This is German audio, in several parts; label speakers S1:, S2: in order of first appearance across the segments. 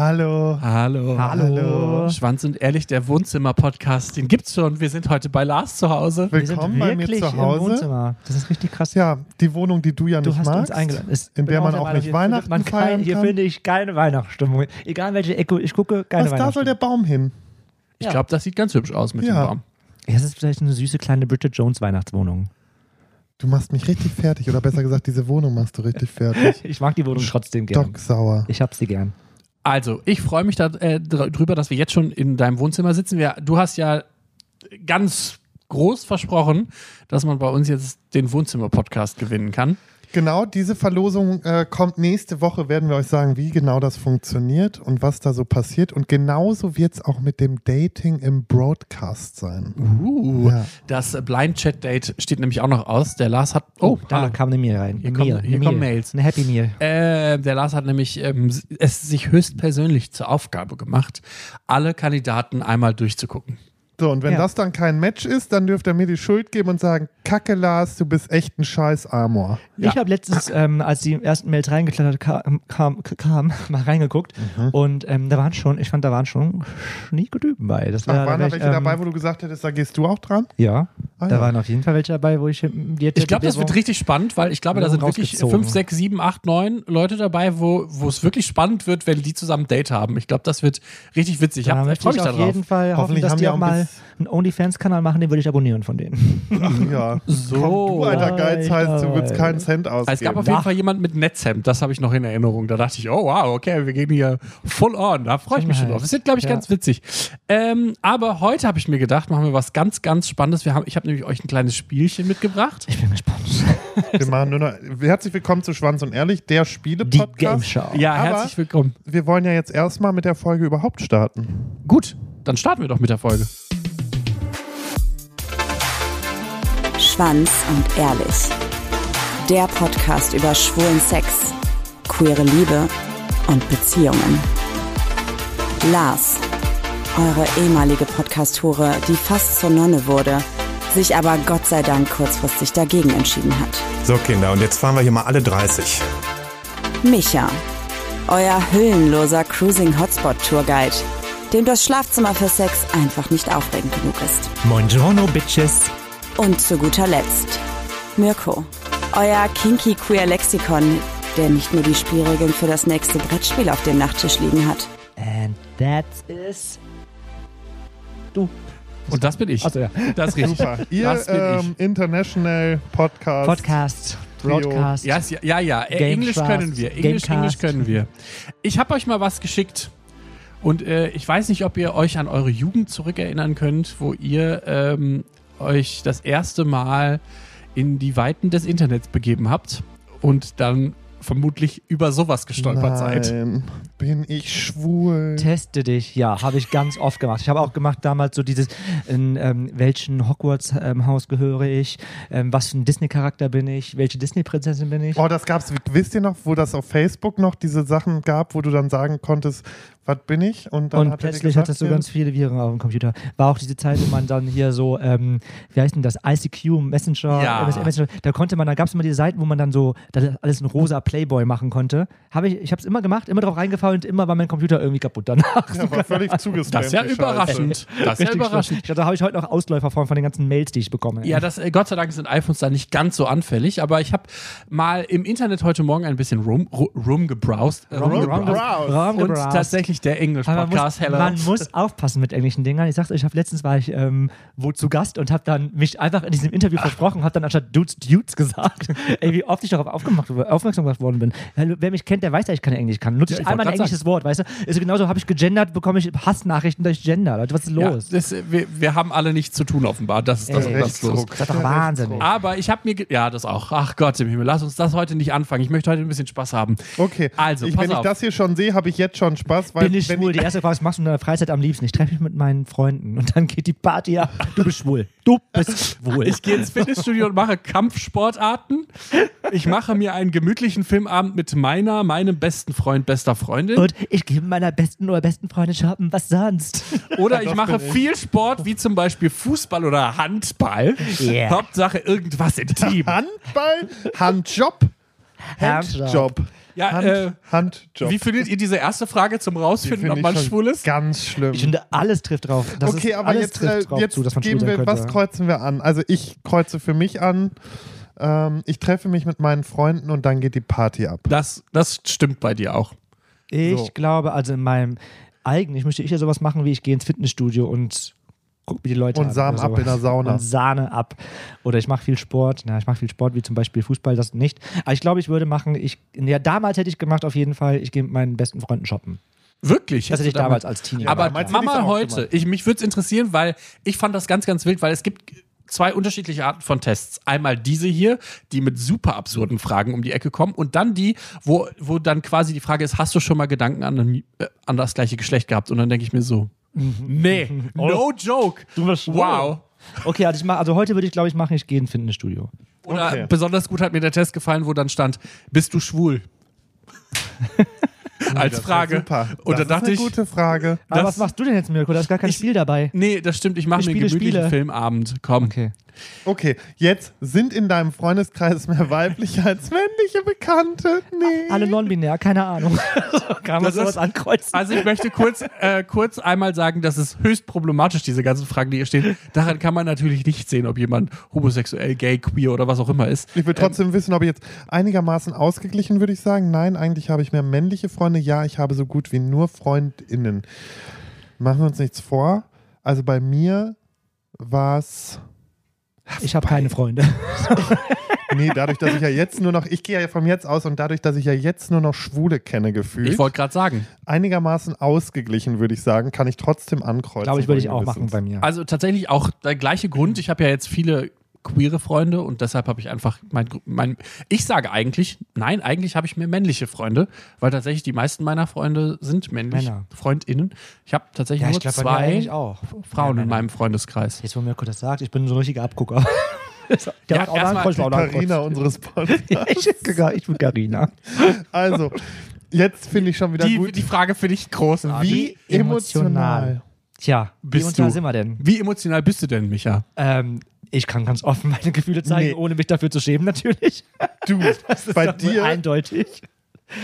S1: Hallo.
S2: Hallo.
S1: Hallo.
S2: Schwanz und ehrlich, der Wohnzimmer-Podcast, den gibt's schon. Wir sind heute bei Lars zu Hause.
S1: Wir Willkommen bei mir zu
S3: Im
S1: Hause.
S3: Wohnzimmer. Das ist richtig krass.
S1: Ja, die Wohnung, die du ja
S3: du
S1: nicht
S3: hast
S1: magst,
S3: uns eingeladen. Es-
S1: in der
S3: bin
S1: man
S3: der
S1: auch
S3: Meinung,
S1: nicht
S3: hier
S1: Weihnachten
S3: findet man kein,
S1: feiern
S3: Hier
S1: kann.
S3: finde ich keine Weihnachtsstimmung. Egal welche Ecke ich gucke, keine
S1: was da soll
S3: Weihnachtsstimmung.
S1: der Baum hin?
S2: Ich
S3: Ja.
S2: glaube, das sieht ganz hübsch aus mit
S1: Ja.
S2: dem Baum.
S3: Das ist vielleicht eine süße kleine Bridget Jones Weihnachtswohnung.
S1: Du machst mich richtig fertig, oder besser gesagt, diese Wohnung machst du richtig fertig.
S3: Ich mag die Wohnung trotzdem gern.
S1: Doc sauer.
S3: Ich hab sie gern.
S2: Also, ich freue mich da, äh, dr- drüber, dass wir jetzt schon in deinem Wohnzimmer sitzen. Wir, du hast ja ganz groß versprochen, dass man bei uns jetzt den Wohnzimmer-Podcast gewinnen kann.
S1: Genau, diese Verlosung äh, kommt nächste Woche, werden wir euch sagen, wie genau das funktioniert und was da so passiert. Und genauso wird es auch mit dem Dating im Broadcast sein.
S2: Uh,
S1: Ja.
S2: Das Blind Chat Date steht nämlich auch noch aus. Der Lars hat. Oh,
S3: da
S2: hallo.
S3: kam eine Mail rein.
S2: Hier
S3: Eine
S2: kommen-
S3: Mail,
S2: hier
S3: eine
S2: kommen
S3: Mail.
S2: Mails.
S3: Eine Happy Meal.
S2: Äh, der Lars hat nämlich ähm, es sich höchstpersönlich zur Aufgabe gemacht, alle Kandidaten einmal durchzugucken.
S1: So, und wenn
S3: Ja.
S1: das dann kein Match ist, dann dürft ihr mir die Schuld geben und sagen, Kacke Lars, du bist echt ein scheiß Amor.
S2: Ja.
S3: Ich habe letztens, ähm, als die ersten Mails reingeklettert kam, kam, kam mal reingeguckt
S1: Mhm.
S3: und ähm, da waren schon, ich fand, da waren schon schnieke Typen bei. Das
S1: Ach,
S3: war,
S1: waren
S3: da wär
S1: da
S3: ich,
S1: welche
S3: ähm,
S1: dabei, wo du gesagt hättest, da gehst du auch dran?
S3: Ja,
S1: Ah,
S3: da
S1: ja.
S3: waren auf jeden Fall welche dabei, wo ich ähm, die
S2: Ich glaube, das wird richtig spannend, weil ich glaube, da sind
S3: Werbung
S2: wirklich
S3: rausgezogen.
S2: 5, 6, 7, 8, 9 Leute dabei, wo wo es wirklich spannend wird, wenn die zusammen ein Date haben. Ich glaube, das wird richtig witzig. Ich,
S3: Ja,
S2: hab- ich
S3: möchte
S2: freue
S3: ich
S2: mich
S3: auf jeden
S2: darauf.
S3: Fall hoffen,
S1: Hoffentlich
S3: dass
S1: haben
S3: die
S1: die
S3: auch
S1: auch ein
S3: mal
S1: bisschen-
S3: einen OnlyFans-Kanal machen, den würde ich abonnieren von denen.
S1: Ach ja.
S2: So.
S1: Komm, du alter
S3: Alter,
S1: Geiz heißt, du würdest keinen Cent ausgeben.
S2: Es gab auf jeden Fall jemanden mit Netzhemd, das habe ich noch in Erinnerung. Da dachte ich, oh wow, okay, wir gehen hier full on. Da freue ich mich schon drauf. Das wird, glaube ich,
S3: Ja.
S2: ganz witzig. Ähm, aber heute habe ich mir gedacht, machen wir was ganz, ganz Spannendes. Wir haben, ich habe nämlich euch ein kleines Spielchen mitgebracht.
S3: Ich bin gespannt.
S1: Wir machen nur noch, herzlich willkommen zu Schwanz und Ehrlich, der
S3: Die Game
S1: Spiele-Podcast.
S3: Show.
S2: Ja,
S1: Aber-
S2: herzlich willkommen.
S1: Wir wollen ja jetzt erstmal mit der Folge überhaupt starten.
S2: Gut, dann starten wir doch mit der Folge.
S4: Schwanz und ehrlich. Der Podcast über schwulen Sex, queere Liebe und Beziehungen. Lars, eure ehemalige Podcast-Hure, die fast zur Nonne wurde, sich aber Gott sei Dank kurzfristig dagegen entschieden hat.
S5: So, Kinder, und jetzt fahren wir hier mal alle 30.
S4: Micha, euer hüllenloser Cruising Hotspot Tourguide, dem das Schlafzimmer für Sex einfach nicht aufregend genug ist.
S5: Buongiorno, Bitches.
S4: Und zu guter Letzt, Mirko, euer kinky queer Lexikon, der nicht nur die Spielregeln für das nächste Brettspiel auf dem Nachttisch liegen hat.
S3: And that is...
S2: Und das bin ich.
S3: Achso, ja.
S2: Das ist richtig.
S1: Super. Ihr
S2: Das bin
S1: ähm, International Podcast.
S3: Podcast,
S1: Trio.
S3: Broadcast.
S2: Ja, ist- ja, ja. Äh,
S3: Gamecast,
S2: Englisch können wir. Englisch,
S3: Gamecast.
S2: Englisch können wir. Ich habe euch mal was geschickt. Und äh, ich weiß nicht, ob ihr euch an eure Jugend zurückerinnern könnt, wo ihr ähm, euch das erste Mal in die Weiten des Internets begeben habt und dann vermutlich über sowas gestolpert seid.
S1: Nein, bin ich schwul.
S3: Teste dich, ja, habe ich ganz oft gemacht. Ich habe auch gemacht damals so dieses, in ähm, welchen Hogwarts-Haus gehöre ich, ähm, was für ein Disney-Charakter bin ich, welche Disney-Prinzessin bin ich.
S1: Oh, das gab's. Wisst ihr noch, wo das auf Facebook noch diese Sachen gab, wo du dann sagen konntest, was bin ich? Und dann
S3: und
S1: hat er dir
S3: plötzlich
S1: gesagt,
S3: hattest du
S1: ja,
S3: ganz viele Viren auf dem Computer. War auch diese Zeit, wo man dann hier so, ähm, wie heißt denn das, ICQ, Messenger,
S2: Ja.
S3: MSN Messenger, da konnte man, da gab es immer diese Seiten, wo man dann so da alles in rosa Playboy machen konnte. Hab ich ich habe es immer gemacht, immer drauf reingefallen und immer war mein Computer irgendwie kaputt danach.
S1: ja, war völlig zugespammt.
S2: Das ist ja
S1: die Scheiße.
S2: überraschend. Das ist ja
S3: Richtig schlimm.
S2: überraschend.
S3: Ich glaube, da habe ich heute noch Ausläufer von, von den ganzen Mails, die ich bekomme.
S2: Ja, das, äh, Gott sei Dank sind iPhones da nicht ganz so anfällig, aber ich habe mal im Internet heute Morgen ein bisschen rum, rum, rumgebraust. Äh, rumgebraust.
S3: Wrong
S2: Und
S3: Brass.
S2: tatsächlich der
S3: Aber man, muss,
S2: Englisch-Podcast, hello.
S3: man muss aufpassen mit englischen Dingern. Ich sag's euch, ich hab, letztens war ich ähm, wo zu Gast und habe dann mich einfach in diesem Interview versprochen, habe dann anstatt Dudes Dudes gesagt. Ey, wie oft ich darauf aufgemacht, aufmerksam gemacht worden bin. Hallo, Wer mich kennt, der weiß, dass ich kein Englisch kann. Nutze
S2: Ja, ich
S3: ich einmal ein
S2: wollt grad
S3: englisches Wort, weißt du? Ist genauso, habe ich gegendert, bekomme ich Hassnachrichten durch Gender. Leute, was ist los?
S2: Ja, das, äh, wir, wir haben alle nichts zu tun, offenbar. Das ist das,
S3: Ey,
S2: was los ist.
S1: Rechtsruck.
S3: Das ist doch Wahnsinn.
S2: Aber ich habe mir. ge- Ja, das auch. Ach Gott im Himmel, lass uns das heute nicht anfangen. Ich möchte heute ein bisschen Spaß haben.
S1: Okay,
S2: Also,
S1: ich,
S2: pass
S1: wenn ich
S2: auf.
S1: das hier schon sehe, habe ich jetzt schon Spaß, weil
S3: Bin ich
S1: wenn
S3: schwul? Die erste Frage ist, was machst du in deiner Freizeit am liebsten? Ich treffe mich mit meinen Freunden und dann geht die Party ab. Du bist schwul. Du bist schwul.
S2: Ich gehe ins Fitnessstudio und mache Kampfsportarten. Ich mache mir einen gemütlichen Filmabend mit meiner, meinem besten Freund, bester Freundin.
S3: Und ich gehe mit meiner besten oder besten Freundin shoppen. Was sonst?
S2: Oder ich
S1: Das
S2: mache
S1: bin ich.
S2: viel Sport, wie zum Beispiel Fußball oder Handball.
S3: Yeah.
S2: Hauptsache irgendwas im Team.
S1: Handball, Handjob,
S3: Handjob.
S1: Handjob.
S2: Ja,
S1: Hand,
S2: äh,
S1: Handjob.
S2: Wie findet ihr diese erste Frage zum
S1: Die
S2: Rausfinden,
S1: find
S2: ob
S1: ich
S2: man
S1: schon
S2: schwul ist?
S1: Ganz schlimm.
S3: Ich finde, alles trifft drauf. Das
S1: Ähm, okay,
S3: ist,
S1: aber
S3: alles
S1: jetzt, äh,
S3: trifft drauf
S1: jetzt
S3: zu, dass man schwul
S1: geben
S3: sein
S1: wir,
S3: könnte.
S1: was kreuzen wir an? Also ich kreuze für mich an. Ähm, ich treffe mich mit meinen Freunden und dann geht die Party ab.
S2: Das, das stimmt bei dir auch.
S3: ich
S1: So.
S3: glaube, also in meinem eigenen, ich möchte ich ja sowas machen, wie ich gehe ins Fitnessstudio und guck mir die Leute
S1: Und
S3: an.
S1: Samen
S3: oder
S1: ab
S3: sowas.
S1: in der Sauna.
S3: Und Sahne ab. Oder ich mache viel Sport. Na, ich mache viel Sport, wie zum Beispiel Fußball, das nicht. Aber ich glaube, ich würde machen, ich, ja, damals hätte ich gemacht auf jeden Fall, ich gehe mit meinen besten Freunden shoppen.
S2: Wirklich?
S3: Das hätte ich
S2: Hättest du
S3: damals als Teenie
S2: Aber
S1: damals hätte ich's
S2: Mama
S1: auch
S2: heute,
S1: gemacht.
S2: ich, mich würde es interessieren, weil ich fand das ganz, ganz wild, weil es gibt zwei unterschiedliche Arten von Tests. Einmal diese hier, die mit super absurden Fragen um die Ecke kommen und dann die, wo, wo dann quasi die Frage ist, hast du schon mal Gedanken an, äh, an das gleiche Geschlecht gehabt? Und dann denke ich mir so, nee,
S1: Oh.
S2: no joke.
S3: Du bist schwul.
S2: wow.
S3: Okay, also, ich mach, also heute würde ich, glaube ich, machen, ich gehe ins Fitnessstudio.
S2: Oder
S1: Okay.
S2: besonders gut hat mir der Test gefallen, wo dann stand, bist du schwul? Als Frage.
S1: Super.
S2: Und
S1: das
S2: dann dachte
S1: ist
S2: ich,
S1: eine gute Frage.
S3: Aber
S2: Das-
S3: was machst du denn jetzt, Mirko? Da ist gar kein Spiel dabei.
S2: nee, das stimmt, ich mache
S3: Ich
S2: mir einen
S3: spiele
S2: gemütlichen
S3: Spiele.
S2: Filmabend. Komm.
S3: Okay.
S1: Okay, jetzt sind in deinem Freundeskreis mehr weibliche als männliche Bekannte. Nee.
S3: Alle non-binär, keine Ahnung. Kann man
S2: Das
S3: sowas
S2: ist-
S3: ankreuzen?
S2: Also ich möchte kurz, äh, kurz einmal sagen, das ist höchst problematisch, diese ganzen Fragen, die hier stehen. Daran kann man natürlich nicht sehen, ob jemand homosexuell, gay, queer oder was auch immer ist.
S1: Ich will
S3: Ähm,
S1: trotzdem wissen, ob ich jetzt einigermaßen ausgeglichen würde ich sagen. Nein, eigentlich habe ich mehr männliche Freunde. Ja, ich habe so gut wie nur FreundInnen. Machen wir uns nichts vor. Also bei mir war es.
S3: ich habe keine Freunde.
S1: Nee, dadurch, dass ich ja jetzt nur noch. Ich gehe ja von jetzt aus und dadurch, dass ich ja jetzt nur noch Schwule kenne, gefühlt.
S2: Ich wollte gerade sagen.
S1: einigermaßen ausgeglichen, würde ich sagen. Kann ich trotzdem ankreuzen.
S3: Glaube ich, würde ich
S1: meines
S3: auch machen
S1: Wissens.
S3: bei mir.
S2: Also tatsächlich auch der gleiche Grund. Ich habe ja jetzt viele queere Freunde und deshalb habe ich einfach mein, mein ich sage eigentlich nein eigentlich habe ich mehr männliche Freunde weil tatsächlich die meisten meiner Freunde sind männlich
S3: Männer.
S2: Freundinnen ich habe tatsächlich nur
S3: glaub, bei mir
S2: zwei
S3: eigentlich auch.
S2: Frauen
S3: Ja,
S2: in
S3: Männer.
S2: meinem Freundeskreis
S3: Jetzt, wo Mirko das sagt, ich bin so ein richtiger Abgucker.
S2: Ja,
S3: hat auch
S2: erstmal
S3: einen Kreuz,
S2: die
S3: auch einen
S1: Carina
S3: Kreuz.
S1: unseres Podcasts.
S3: Ich bin Gar- ich bin Carina.
S1: Also, jetzt finde ich schon wieder
S2: die,
S1: gut.
S2: die Frage finde ich großartig
S1: Wie emotional.
S3: emotional. Tja,
S2: Bist
S3: wie unter
S2: du?
S3: sind wir denn?
S2: Wie emotional bist du denn, Micha?
S3: Ähm, ich kann ganz offen meine Gefühle zeigen,
S1: Nee.
S3: ohne mich dafür zu schämen, natürlich.
S1: Du, bei
S3: Doch wohl
S1: dir,
S3: Eindeutig.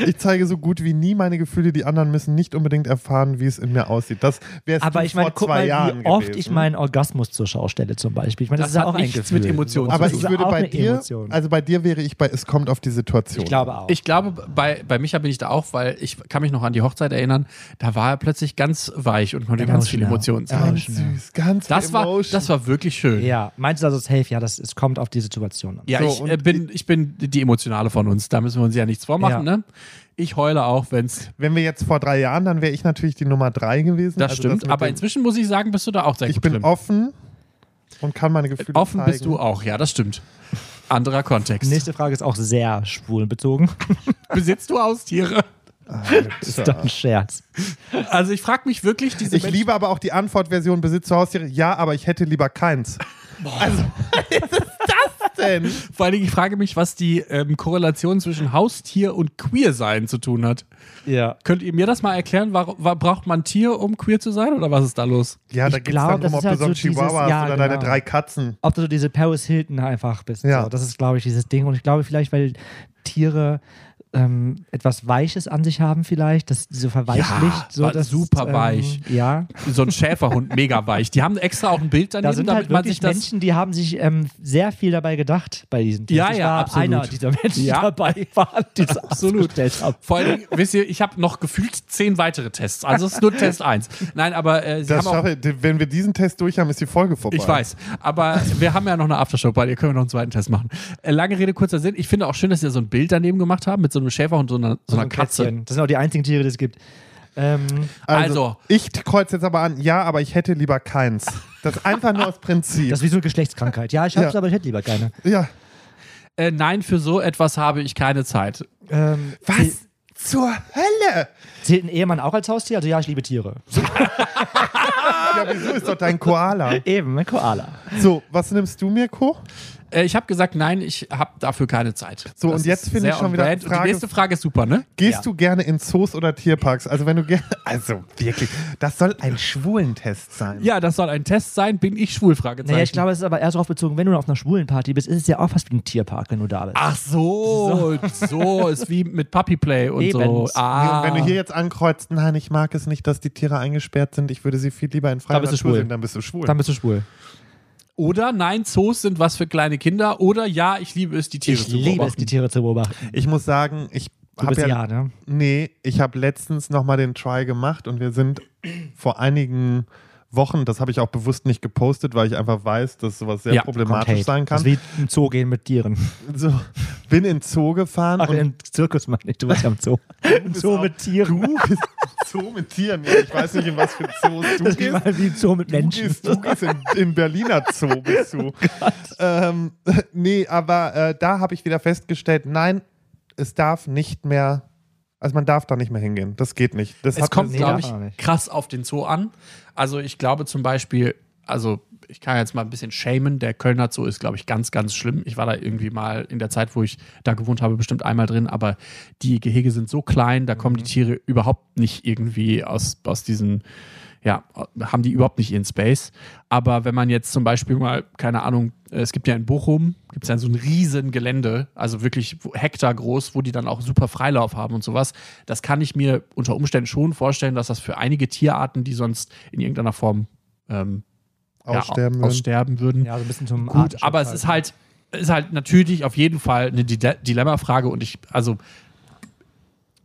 S1: ich zeige so gut wie nie meine Gefühle. Die anderen müssen nicht unbedingt erfahren, wie es in mir aussieht. Das wärst
S3: Aber
S1: du
S3: ich meine,
S1: vor
S3: guck
S1: zwei
S3: mal,
S1: Jahren
S3: wie oft
S1: gewesen.
S3: ich meinen Orgasmus zur Schau stelle, zum Beispiel. Ich meine, das,
S2: Das
S3: ist ja
S2: hat
S3: auch ein
S2: nichts
S3: Gefühl.
S2: mit Emotionen zu
S1: aber
S2: tun.
S1: ich
S3: Das ist
S1: würde
S3: auch
S1: bei
S3: eine
S1: dir,
S3: Emotion.
S1: also bei dir wäre ich bei, es kommt auf die Situation.
S3: ich glaube auch.
S2: Ich glaube, bei, bei mich bin ich da auch, weil ich kann mich noch an die Hochzeit erinnern, da war er plötzlich ganz weich und konnte ganz viele
S3: Emotional.
S2: Emotionen zeigen.
S1: ganz süß, ganz viel
S2: Das war,
S1: Emotion.
S2: das war wirklich schön. Ja,
S3: ja, meinst du also safe? Ja, das, es kommt auf die Situation an.
S1: So,
S2: ich, äh,
S1: und
S2: bin, ich bin die Emotionale von uns, da müssen wir uns ja nichts vormachen.
S3: Ja.
S2: Ne? Ich heule auch, wenn es...
S1: Wenn wir jetzt vor drei Jahren, dann wäre ich natürlich die Nummer drei gewesen.
S2: Das
S1: Also
S2: stimmt,
S1: mit
S2: aber
S1: dem-
S2: inzwischen muss ich sagen, bist du da auch sehr
S1: ich
S2: gut
S1: bin
S2: drin.
S1: offen und kann meine Gefühle
S2: Offen
S1: zeigen.
S2: bist du auch, ja, das stimmt. Anderer Kontext.
S3: Nächste Frage ist auch sehr schwulenbezogen.
S2: Besitzt du Haustiere?
S3: Das ist doch ein Scherz.
S2: Also ich frage mich wirklich, diese
S1: Ich
S2: Menschen-
S1: liebe aber auch die Antwortversion Besitz zu Haustiere. Ja, aber ich hätte lieber keins. Also, was ist das denn?
S2: Vor allen Dingen, ich frage mich, was die ähm, Korrelation zwischen Haustier und Queersein zu tun hat.
S3: Ja.
S2: Könnt ihr mir das mal erklären? War, war, braucht man Tier, um queer zu sein? Oder was ist da los?
S1: Ja,
S3: Ich
S1: da geht es
S3: glaub,
S1: dann
S3: das
S1: um, ob
S3: ist
S1: du
S3: halt
S1: so einen
S3: so dieses-
S1: Chihuahua
S3: ja,
S1: hast oder deine
S3: genau.
S1: drei Katzen.
S3: ob du so diese Paris Hilton einfach bist.
S1: Ja.
S3: So, das ist, glaube ich, dieses Ding. Und ich glaube vielleicht, weil Tiere ähm, etwas Weiches an sich haben vielleicht, dass die so verweichlicht.
S2: Ja,
S3: so,
S2: war
S3: dass, ähm,
S2: super weich.
S3: Ja,
S2: So ein Schäferhund, mega weich. Die haben extra auch ein Bild daneben,
S3: da sind
S2: damit
S3: halt
S2: man sich
S3: wirklich
S2: das.
S3: Menschen, die haben sich ähm, sehr viel dabei gedacht bei diesem Test.
S2: Ja,
S3: ich
S2: ja,
S3: war
S2: absolut.
S3: einer dieser Menschen,
S2: Ja.
S3: die dabei waren, die das
S2: Absolut.
S3: abgestellt haben.
S2: Vor allen Dingen, wisst ihr, ich habe noch gefühlt zehn weitere Tests. Also es ist nur Test 1. Nein, aber äh, sie
S1: Das
S2: haben auch.
S1: schaffe, ich- wenn wir diesen Test durch haben, ist die Folge vorbei.
S2: Ich weiß, aber wir haben ja noch eine Aftershow bei dir, können wir noch einen zweiten Test machen. Äh, Lange Rede, kurzer Sinn. Ich finde auch schön, dass sie so ein Bild daneben gemacht haben mit so einem Schäferhund und so einer, so einer
S3: Also ein
S2: Katze.
S3: Kätzchen. Das sind auch die einzigen Tiere, die es gibt. Ähm,
S1: Also,
S2: Also.
S1: ich kreuze jetzt aber an, ja, aber ich hätte lieber keins. Das einfach nur aus Prinzip.
S3: das ist wie so eine Geschlechtskrankheit. Ja, ich hab's,
S1: Ja.
S3: aber ich hätte lieber keine.
S1: ja.
S2: Äh, nein, für so etwas habe ich keine Zeit.
S3: Ähm, zäh-
S1: Was zur Hölle?
S3: Zählt ein Ehemann auch als Haustier? Also ja, ich liebe Tiere.
S1: Ja, wieso ist doch dein Koala? ne,
S3: Eben, ein Koala.
S1: So, was nimmst du, Mirko?
S2: Äh, ich habe gesagt, nein, ich habe dafür keine Zeit.
S1: So,
S2: Das
S1: und jetzt
S2: ist
S1: finde ich
S2: sehr
S1: schon wieder
S2: on-brand.
S1: die
S2: Und
S1: Frage-
S2: Die nächste Frage ist super, ne?
S1: Gehst
S2: Ja.
S1: du gerne in Zoos oder Tierparks? Also wenn du gerne, also wirklich, das soll ein Schwulentest sein.
S2: Ja, das soll ein Test sein. Bin ich schwul? Fragezeichen.
S3: Naja, ich glaube, es ist aber eher darauf bezogen, wenn du auf einer schwulen Party bist, ist es ja auch fast wie ein Tierpark, wenn du da
S1: Ah,
S3: bist.
S2: Ach so, so, ist wie mit Puppy Play und so.
S3: Eben.
S1: Nee, und
S2: Ah,
S1: Wenn du hier jetzt ankreuzt, nein, ich mag es nicht, dass die Tiere eingesperrt sind, ich würde sie viel lieber in freier
S3: bist du
S1: Natur
S3: schwul.
S1: sehen, dann bist du schwul.
S3: Dann bist du schwul.
S2: oder nein, Zoos sind was für kleine Kinder. Oder ja, ich liebe es, die Tiere
S3: Ich
S2: zu
S3: liebe es,
S2: beobachten.
S3: die Tiere zu beobachten.
S1: ich muss sagen, ich
S3: Du
S1: habe
S3: bist
S1: ja,
S3: ja, ne?
S1: nee, ich habe letztens nochmal den Try gemacht und wir sind vor einigen Wochen, das habe ich auch bewusst nicht gepostet, weil ich einfach weiß, dass sowas sehr
S2: Ja,
S3: Kommt Hate.
S1: problematisch sein kann.
S3: Das ist wie im Zoo gehen mit Tieren.
S1: So, bin in Zoo gefahren
S3: Ach,
S1: und
S3: im Zirkus, Mann. Du warst ja im Zoo. Im Zoo
S1: auch-
S3: mit Tieren.
S1: Du bist Zoo mit Tieren. Ja, ich weiß nicht, in was für Zoos du
S3: Das ist
S1: gehst.
S3: mal wie im Zoo mit
S1: Du
S3: Menschen. Oh
S1: gehst, du gehst in, in Berliner Zoo bist du. ähm, nee, aber äh, da habe ich wieder festgestellt, nein, es darf nicht mehr, also man darf da nicht mehr hingehen. Das geht nicht. Das
S2: Es
S1: hat
S2: kommt,
S1: mir-
S3: glaub
S2: glaube
S3: darf man nicht.
S2: ich, krass auf den Zoo an. Also ich glaube zum Beispiel, also ich kann jetzt mal ein bisschen shamen, der Kölner Zoo ist, glaube ich, ganz, ganz schlimm. Ich war da irgendwie mal in der Zeit, wo ich da gewohnt habe, bestimmt einmal drin, aber die Gehege sind so klein, da kommen die Tiere überhaupt nicht irgendwie aus, aus diesen, ja, haben die überhaupt nicht ihren Space. Aber wenn man jetzt zum Beispiel mal, keine Ahnung, äh, es gibt ja in Bochum, gibt es ja so ein riesen Gelände, also wirklich Hektar groß, wo die dann auch super Freilauf haben und sowas. Das kann ich mir unter Umständen schon vorstellen, dass das für einige Tierarten, die sonst in irgendeiner Form ähm,
S1: aussterben.
S2: ja,
S1: würden.
S2: aussterben würden.
S3: Ja, so ein bisschen zum
S2: Gut, aber es ist halt, ist halt natürlich auf jeden Fall eine Dile- Dilemma-Frage und ich, also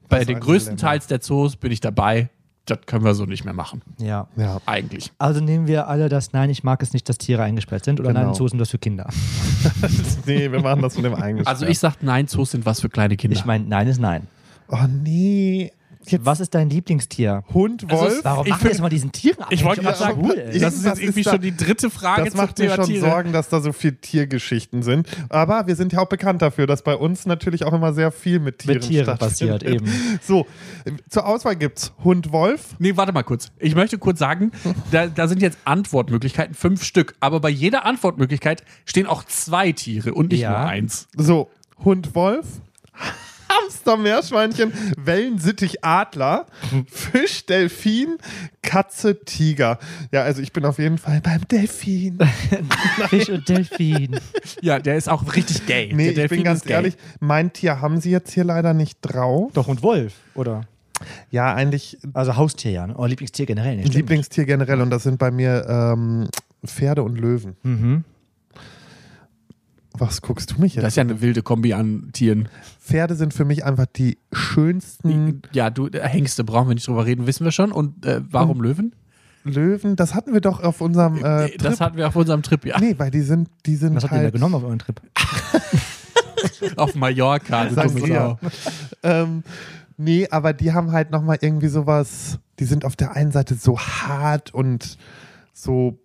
S2: bei
S1: ist
S2: den
S1: ein
S2: größten
S1: Dilemma.
S2: Teils der Zoos bin ich dabei. Das können wir so nicht mehr machen,
S1: halt-
S3: Ja.
S1: Ja.
S2: eigentlich.
S3: Also nehmen wir alle das, nein, ich mag es nicht, dass Tiere eingesperrt sind oder nein,
S1: Genau.
S3: Zoos sind das für Kinder.
S1: Nee, wir machen das mit dem eigenen
S2: Also ich sag, nein, Zoos sind was für kleine Kinder.
S3: Ich meine, nein ist nein.
S1: Oh nee. Jetzt
S3: Was ist dein Lieblingstier?
S1: Hund,
S2: Also es
S1: Wolf.
S3: Warum
S2: Ich
S3: machen wir
S2: find-
S3: jetzt mal diesen Tieren ab?
S2: Ich wollte
S1: Ja,
S2: gerade sagen,
S1: aber-
S3: ey.
S2: das ist
S1: Irgendwas
S2: jetzt irgendwie
S1: ist da-
S2: schon die dritte Frage
S1: das
S2: zum
S1: macht mir
S2: Thema
S1: schon
S2: Tiere.
S1: Sorgen, dass da so viel Tiergeschichten sind. Aber wir sind ja auch bekannt dafür, dass bei uns natürlich auch immer sehr viel mit Tieren,
S3: mit Tieren
S1: stattfindet.
S3: passiert eben.
S1: So, äh, zur Auswahl gibt's Hund, Wolf.
S2: Nee, warte mal kurz. Ich möchte kurz sagen, da, da sind jetzt Antwortmöglichkeiten, fünf Stück. Aber bei jeder Antwortmöglichkeit stehen auch zwei Tiere und nicht
S3: Ja.
S2: nur eins.
S1: So, Hund, Wolf. Hamster, Meerschweinchen, Wellensittich, Adler, Fisch, Delfin, Katze, Tiger. Ja, also ich bin auf jeden Fall beim Delfin.
S3: Fisch und Delfin.
S2: Ja, der ist auch richtig gay.
S1: Nee,
S2: der
S1: ich bin
S2: Delfin
S1: ganz
S2: ist gay.
S1: ehrlich, mein Tier haben sie jetzt hier leider nicht drauf.
S3: Doch, und Wolf, oder?
S1: Ja, eigentlich
S3: Also Haustier, ja. Ne? Oder Lieblingstier generell. ne? Stimmt.
S1: Lieblingstier generell und das sind bei mir ähm, Pferde und Löwen.
S3: Mhm.
S1: Was guckst du mich
S2: Das
S1: jetzt?
S2: ist ja eine wilde Kombi an Tieren.
S1: Pferde sind für mich einfach die schönsten
S2: Ja, du, äh, Hengste brauchen wir nicht drüber reden, wissen wir schon. Und äh, warum Löwen?
S1: Löwen. Das hatten wir doch auf unserem Hm. äh, Trip.
S2: das hatten wir auf unserem Trip, ja.
S1: nee, weil die sind, die sind
S3: Was habt ihr denn da
S1: halt
S3: genommen auf euren Trip?
S2: Auf Mallorca. du dumme
S1: Sangria.
S2: Sau.
S1: ähm, nee, aber die haben halt nochmal irgendwie sowas, die sind auf der einen Seite so hart und so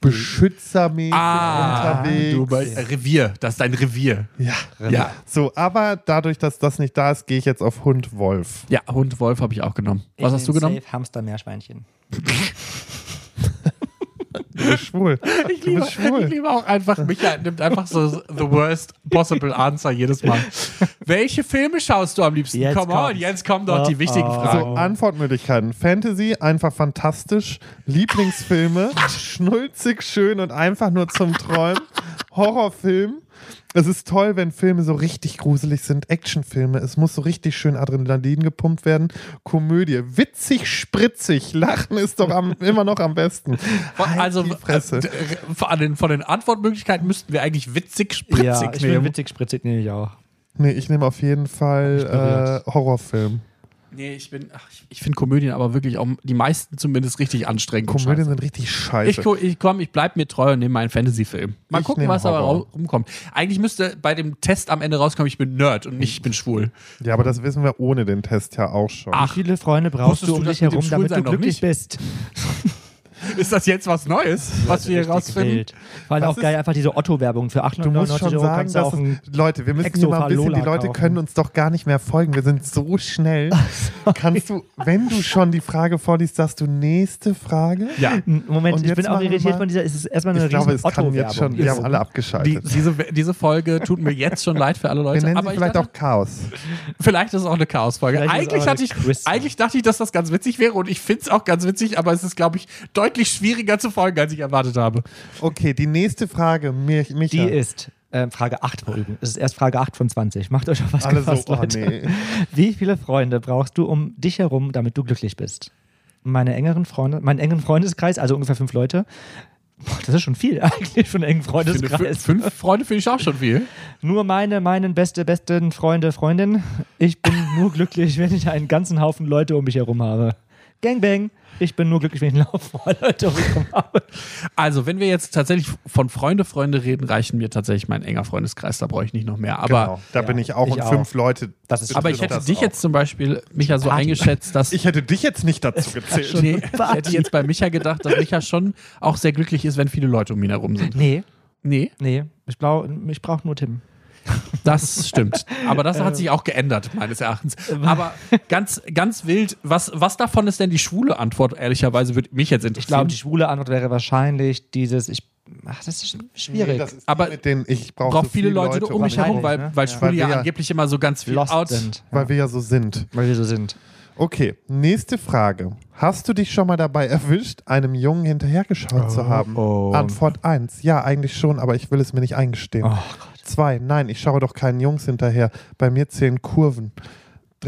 S1: beschützermäßig
S2: Ah,
S1: unterwegs.
S2: du bei, äh, Revier. Das ist dein Revier.
S1: ja.
S2: Ja.
S1: So, aber dadurch, dass das nicht da ist, gehe ich jetzt auf Hund Wolf.
S2: Ja, Hund, Wolf habe ich auch genommen. Was hast du genommen?
S3: Safe Hamster, Meerschweinchen.
S1: Du bist schwul.
S2: Ich
S1: Du bist
S2: ich
S1: schwul.
S2: liebe auch einfach, Michael nimmt einfach so the worst possible answer jedes Mal. Welche Filme schaust du am liebsten?
S3: Jetzt
S2: Come on,
S3: kommt's.
S2: jetzt kommen doch die
S3: Oh,
S2: wichtigen
S3: oh.
S2: Fragen.
S1: So, Also Antwortmöglichkeiten. Fantasy, einfach fantastisch. Lieblingsfilme, schnulzig, schön und einfach nur zum Träumen. Horrorfilm. Es ist toll, wenn Filme so richtig gruselig sind. Actionfilme. Es muss so richtig schön Adrenalin gepumpt werden. Komödie. Witzig, spritzig. Lachen ist doch am, immer noch am besten.
S2: Von-
S1: Halt
S2: also
S1: die Fresse.
S2: äh, d- äh, von, den, von den Antwortmöglichkeiten müssten wir eigentlich witzig, spritzig
S3: ja, ich bin
S2: nehmen.
S3: witzig, spritzig nehme ich auch.
S1: Nee, ich nehme auf jeden Fall äh, Horrorfilm.
S2: nee, ich bin, ach, ich, ich finde Komödien aber wirklich auch die meisten zumindest richtig anstrengend. und
S1: Komödien
S2: scheiße.
S1: sind richtig scheiße.
S2: Ich, gu- ich komm, ich bleib mir treu und nehme meinen Fantasy-Film. Mal
S1: Ich
S2: gucken,
S1: nehme
S2: was dabei
S1: Horror.
S2: rau- rumkommt. Eigentlich müsste bei dem Test am Ende rauskommen, ich bin Nerd und nicht, ich bin schwul.
S1: ja, aber das wissen wir ohne den Test ja auch schon.
S2: Ach,
S3: Wie viele Freunde brauchst
S2: Wusstest
S3: du um
S2: du
S3: dich
S2: das mit dem
S3: herum, damit
S2: Schwulsein
S3: du
S2: noch
S3: glücklich
S2: nicht?
S3: bist?
S2: Ist das jetzt was Neues, was wir hier rausfinden?
S3: Wild. Vor allem
S1: Das
S3: auch geil,
S1: ist-
S3: einfach diese Otto-Werbung für
S1: Du
S2: Genau,
S1: musst
S3: 899
S1: schon
S3: Euro
S1: sagen,
S3: kannst du
S1: dass
S3: auch ein
S1: es, Leute, wir müssen hier mal ein bisschen, die
S3: Exofalola
S1: Leute
S3: kaufen.
S1: können uns doch gar nicht mehr folgen. Wir sind so schnell. Kannst du, wenn du schon die Frage vorliest, sagst du nächste Frage?
S2: Ja.
S1: Und
S3: Mm, Moment, ich
S1: jetzt
S3: bin auch
S1: machen wir
S3: irritiert
S1: mal-
S3: von dieser. Es ist erstmal eine
S1: Ich glaube,
S3: riesen
S1: es kann jetzt schon, wir haben alle
S2: Die,
S1: abgeschaltet.
S2: diese, diese Folge tut mir jetzt schon leid für alle
S1: wir
S2: Leute.
S1: nennen
S2: aber
S1: sie
S2: ich
S1: vielleicht
S2: dachte,
S1: auch Chaos.
S2: vielleicht ist es auch eine Chaos-Folge.
S3: Vielleicht ist
S2: Eigentlich,
S3: es auch
S2: hatte
S3: eine
S2: ich-
S3: Quiz-Folge.
S2: eigentlich dachte ich, dass das ganz witzig wäre und ich finde es auch ganz witzig, aber es ist, glaube ich, deutlich schwieriger zu folgen, als ich erwartet habe.
S1: Okay, die nächste Frage, Mich,
S3: Die
S1: Micha.
S3: ist ähm, Frage 8 vor übrigens. Es ist erst Frage 8 von 20. Macht euch auf was
S1: Alle so,
S3: gefasst,
S1: oh,
S3: Leute.
S1: nee.
S3: Wie viele Freunde brauchst du um dich herum, damit du glücklich bist? Meine engeren Freunde, meinen engen Freundeskreis, also ungefähr fünf Leute. Boah, das ist schon viel eigentlich von engen
S2: Ich finde, fün-
S3: Freundeskreis.
S2: fünf Freunde finde ich auch schon viel.
S3: Nur meine, meinen beste, besten Freunde, Freundin. Ich bin nur glücklich, wenn ich einen ganzen Haufen Leute um mich herum habe. Gangbang. Ich bin nur glücklich, wenn ich einen Haufen Leute um mich herum habe.
S2: Also, wenn wir jetzt tatsächlich von Freunde, Freunde reden, reichen mir tatsächlich mein enger Freundeskreis, da brauche ich nicht noch mehr. Aber,
S1: genau, da
S3: ja,
S1: bin ich auch
S3: ich
S1: und
S3: auch.
S1: fünf Leute.
S3: Das ist-
S2: aber ich
S1: betrifft
S2: hätte
S1: das
S2: dich
S1: auch.
S2: jetzt zum Beispiel, Micha, so
S3: Party.
S2: eingeschätzt, dass.
S1: Ich hätte dich jetzt nicht dazu gezählt.
S2: nee, ich hätte jetzt bei Micha gedacht, dass Micha schon auch sehr glücklich ist, wenn viele Leute um ihn herum sind.
S3: Nee,
S2: Nee,
S3: nee. Ich, blau- ich brauche nur Tim.
S2: das stimmt. Aber das hat sich auch geändert, meines Erachtens. Aber ganz, ganz wild, was, was davon ist denn die schwule Antwort, ehrlicherweise, würde mich jetzt
S3: Ich glaube,
S2: interessieren.
S3: die schwule Antwort wäre wahrscheinlich dieses, ich, ach, das ist schwierig.
S1: Nee, das ist die
S2: Aber
S1: mit denen, ich brauche
S2: braucht
S1: so
S2: viele Leute um mich herum, weil,
S3: ne?
S2: weil
S3: Ja.
S2: Schwule
S1: Weil
S2: ja
S1: wir ja
S2: angeblich immer so ganz viel
S3: Lost
S2: out.
S3: sind.
S1: Weil wir ja so sind.
S3: Weil wir so sind.
S1: Okay, nächste Frage. Hast du dich schon mal dabei erwischt, einem Jungen hinterhergeschaut zu haben?
S3: oh.
S1: Antwort 1. Ja, eigentlich schon, aber ich will es mir nicht
S2: Oh
S1: eingestehen. 2. Nein, ich schaue doch keinen Jungs hinterher. Bei mir zählen Kurven.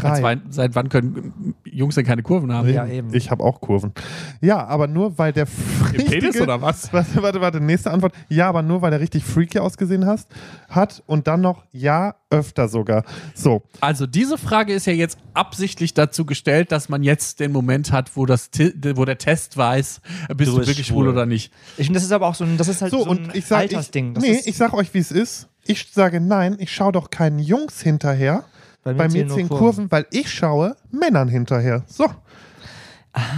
S2: Als
S1: 3.
S2: wann- Seit wann können Jungs denn keine Kurven haben?
S3: Ja, eben.
S1: Ich habe auch Kurven. Ja, aber nur weil der
S2: Im
S1: richtige,
S2: Penis oder was?
S1: Warte, warte, warte. Nächste Antwort. Ja, aber nur weil er richtig freaky ausgesehen hast, hat und dann noch ja öfter sogar. So,
S2: Also diese Frage ist ja jetzt absichtlich dazu gestellt, dass man jetzt den Moment hat, wo, das, Ti- wo der Test weiß, bist
S3: Du
S2: du,
S3: bist
S2: wirklich schwul
S3: schwul.
S2: oder nicht.
S3: Ich finde, das ist aber auch so ein, das ist halt
S1: so,
S3: so, ein
S1: und ich sage, ich,
S3: Altersding. Das
S1: nee,
S3: ist,
S1: ich sag euch, wie es ist. Ich sage nein, ich schaue doch keinen Jungs hinterher. Bei mir,
S3: nur
S1: zählen Kurven, weil ich schaue Männern hinterher. So,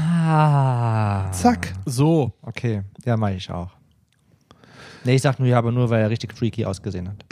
S3: Ah.
S1: zack.
S2: So,
S3: Okay, ja, mache ich auch. Nee, ich sag nur ja, aber nur, weil er richtig freaky ausgesehen hat.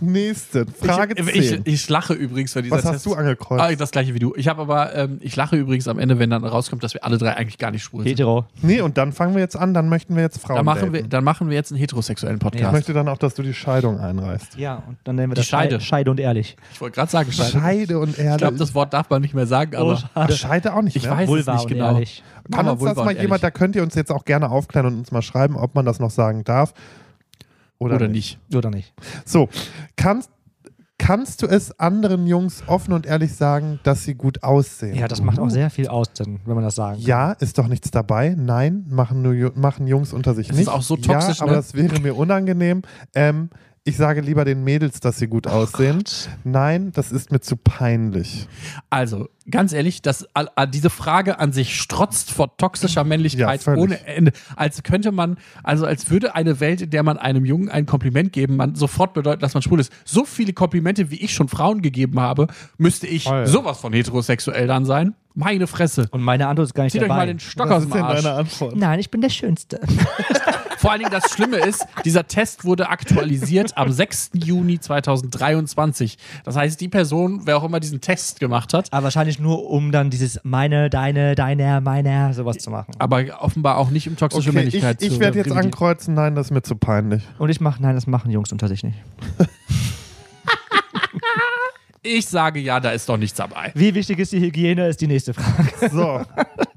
S1: Nächste Frage
S2: ich,
S1: 10.
S2: ich, ich lache übrigens bei dieser
S1: Was hast
S2: Test-
S1: du angekreuzt?
S2: Ah, das gleiche wie du. Ich habe aber, ähm, ich lache übrigens am Ende, wenn dann rauskommt, dass wir alle drei eigentlich gar nicht schwul sind.
S3: Hetero.
S1: Nee, und dann fangen wir jetzt an, dann möchten wir jetzt Frauen.
S2: Dann machen, wir,
S1: daten.
S2: dann machen wir jetzt einen heterosexuellen
S1: ich
S2: Podcast.
S1: möchte dann auch, dass du die Scheidung einreißt.
S3: Ja, und dann nennen wir
S2: Die
S3: das Scheide.
S2: Scheide.
S3: Scheide und ehrlich.
S2: ich wollte gerade sagen, Scheide.
S1: Scheide und
S2: Ich
S1: Erde.
S2: glaube, das Wort darf man nicht mehr sagen, aber
S1: Ach, Scheide auch nicht
S2: ich
S1: mehr.
S2: weiß
S3: Vulva
S2: es nicht
S3: und
S2: genau.
S3: ehrlich.
S1: Oh, Kann
S2: Mama,
S1: uns das
S2: Vulva
S1: mal
S2: und
S1: jemand, da
S2: ehrlich.
S1: könnt ihr uns jetzt auch gerne aufklären und uns mal schreiben, ob man das noch sagen darf oder,
S2: oder
S1: nicht.
S2: nicht?
S3: Oder nicht?
S1: So, kannst, kannst du es anderen Jungs offen und ehrlich sagen, dass sie gut aussehen?
S3: Ja, das macht
S2: Mhm.
S3: auch sehr viel aus, dann, wenn man das sagen kann.
S1: Ja, ist doch nichts dabei. Nein, machen, nur, Ju- machen Jungs unter sich
S2: Das ist
S1: nicht.
S2: auch so toxisch,
S1: Ja, aber
S2: ne?
S1: das wäre mir unangenehm. Ähm, ich sage lieber den Mädels, dass sie gut aussehen. Nein, das ist mir zu peinlich.
S2: Also, ganz ehrlich, das, all- all- diese Frage an sich strotzt vor toxischer
S1: Ja,
S2: Männlichkeit
S1: völlig.
S2: ohne Ende. Als könnte man, also als würde eine Welt, in der man einem Jungen ein Kompliment geben, man sofort bedeuten, dass man schwul ist. So viele Komplimente, wie ich schon Frauen gegeben habe, müsste ich
S1: Voll.
S2: sowas von heterosexuell dann sein. Meine Fresse.
S3: Und meine Antwort ist gar nicht
S2: Zieht euch
S3: dabei.
S2: mal den Stock aus dem Arsch.
S1: Antwort?
S3: Nein, ich bin der Schönste.
S2: Vor allen Dingen das Schlimme ist, dieser Test wurde aktualisiert am 6. Juni 2023. Das heißt, die Person, wer auch immer diesen Test gemacht hat,
S3: Aber wahrscheinlich nur, um dann dieses meine, deine, deiner, meiner, sowas zu machen.
S2: aber offenbar auch nicht um toxische
S1: Okay, ich,
S2: Männlichkeit
S1: ich
S2: zu
S1: werde jetzt
S2: revidieren.
S1: ankreuzen, nein, das ist mir zu peinlich.
S3: Und ich mache, nein, das machen Jungs unter sich nicht.
S2: Ich sage ja, da ist doch nichts dabei.
S3: Wie wichtig ist die Hygiene, ist die nächste Frage.
S1: So,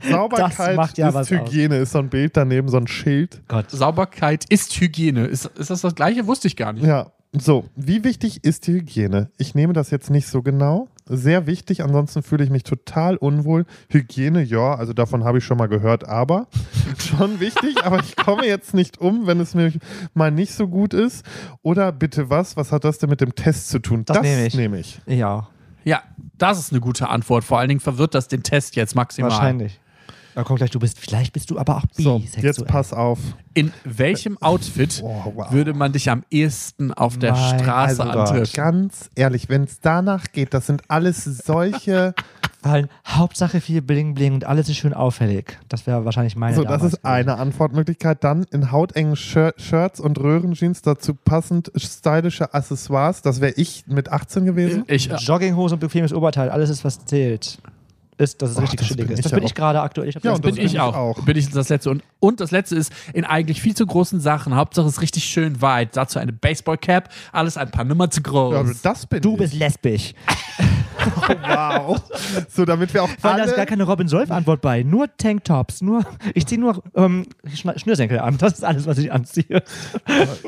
S1: Sauberkeit
S3: macht ja
S1: ist
S3: was
S1: Hygiene, ist so ein Bild daneben, so ein Schild.
S3: Gott.
S2: Sauberkeit ist Hygiene. Ist, ist das das Gleiche? Wusste ich gar nicht.
S1: Ja, so, wie wichtig ist die Hygiene? Ich nehme das jetzt nicht so genau. Sehr wichtig, ansonsten fühle ich mich total unwohl. Hygiene, ja, also davon habe ich schon mal gehört, aber schon wichtig, aber ich komme jetzt nicht um, wenn es mir mal nicht so gut ist. Oder bitte was, was hat das denn mit dem Test zu tun?
S3: Das nehme ich.
S1: nehme ich.
S3: Ja,
S2: Ja, das ist eine gute Antwort. Vor allen Dingen verwirrt das den Test jetzt maximal.
S3: wahrscheinlich. Da kommt gleich, du bist, vielleicht bist du aber auch
S1: So,
S3: bisexuell.
S1: jetzt pass auf.
S2: In welchem Outfit
S1: Oh, wow.
S2: würde man dich am ehesten auf der
S3: Mein
S2: Straße
S3: Eisenbahn.
S2: antreffen?
S1: Ganz ehrlich, wenn es danach geht, das sind alles solche
S3: gefallen. Hauptsache viel Bling Bling und alles ist schön auffällig. Das wäre wahrscheinlich meine
S1: So, das
S3: damals
S1: ist eine Antwortmöglichkeit. Dann in hautengen Shir Shirts und Röhrenjeans dazu passend stylische Accessoires. Das wäre ich mit 18 gewesen.
S2: Ich, äh,
S3: gewesen. Jogginghose und bequemes Oberteil, alles ist, was zählt. Ist, dass es
S1: Och,
S3: richtig
S1: das
S3: chillig
S1: bin
S3: ist.
S1: ich
S3: Das
S1: ja
S3: bin ich
S1: auch.
S3: gerade aktuell. Ich hab
S1: Ja,
S3: das
S1: und das
S2: bin
S3: Bild.
S2: ich auch.
S1: auch.
S2: Bin ich das letzte. Und, und das letzte ist, in eigentlich viel zu großen Sachen, Hauptsache es ist richtig schön weit. Dazu eine Baseball-Cap, alles ein paar Nummer zu groß.
S1: Ja, das bin
S3: Du
S1: ich.
S3: bist lesbisch.
S1: wow. So, damit wir auch
S3: Weil da ist gar
S1: alle
S3: keine Robin Solf-Antwort bei. Nur Tanktops. Nur, ich ziehe nur ähm, Schna- Schnürsenkel an. Das ist alles, was ich anziehe.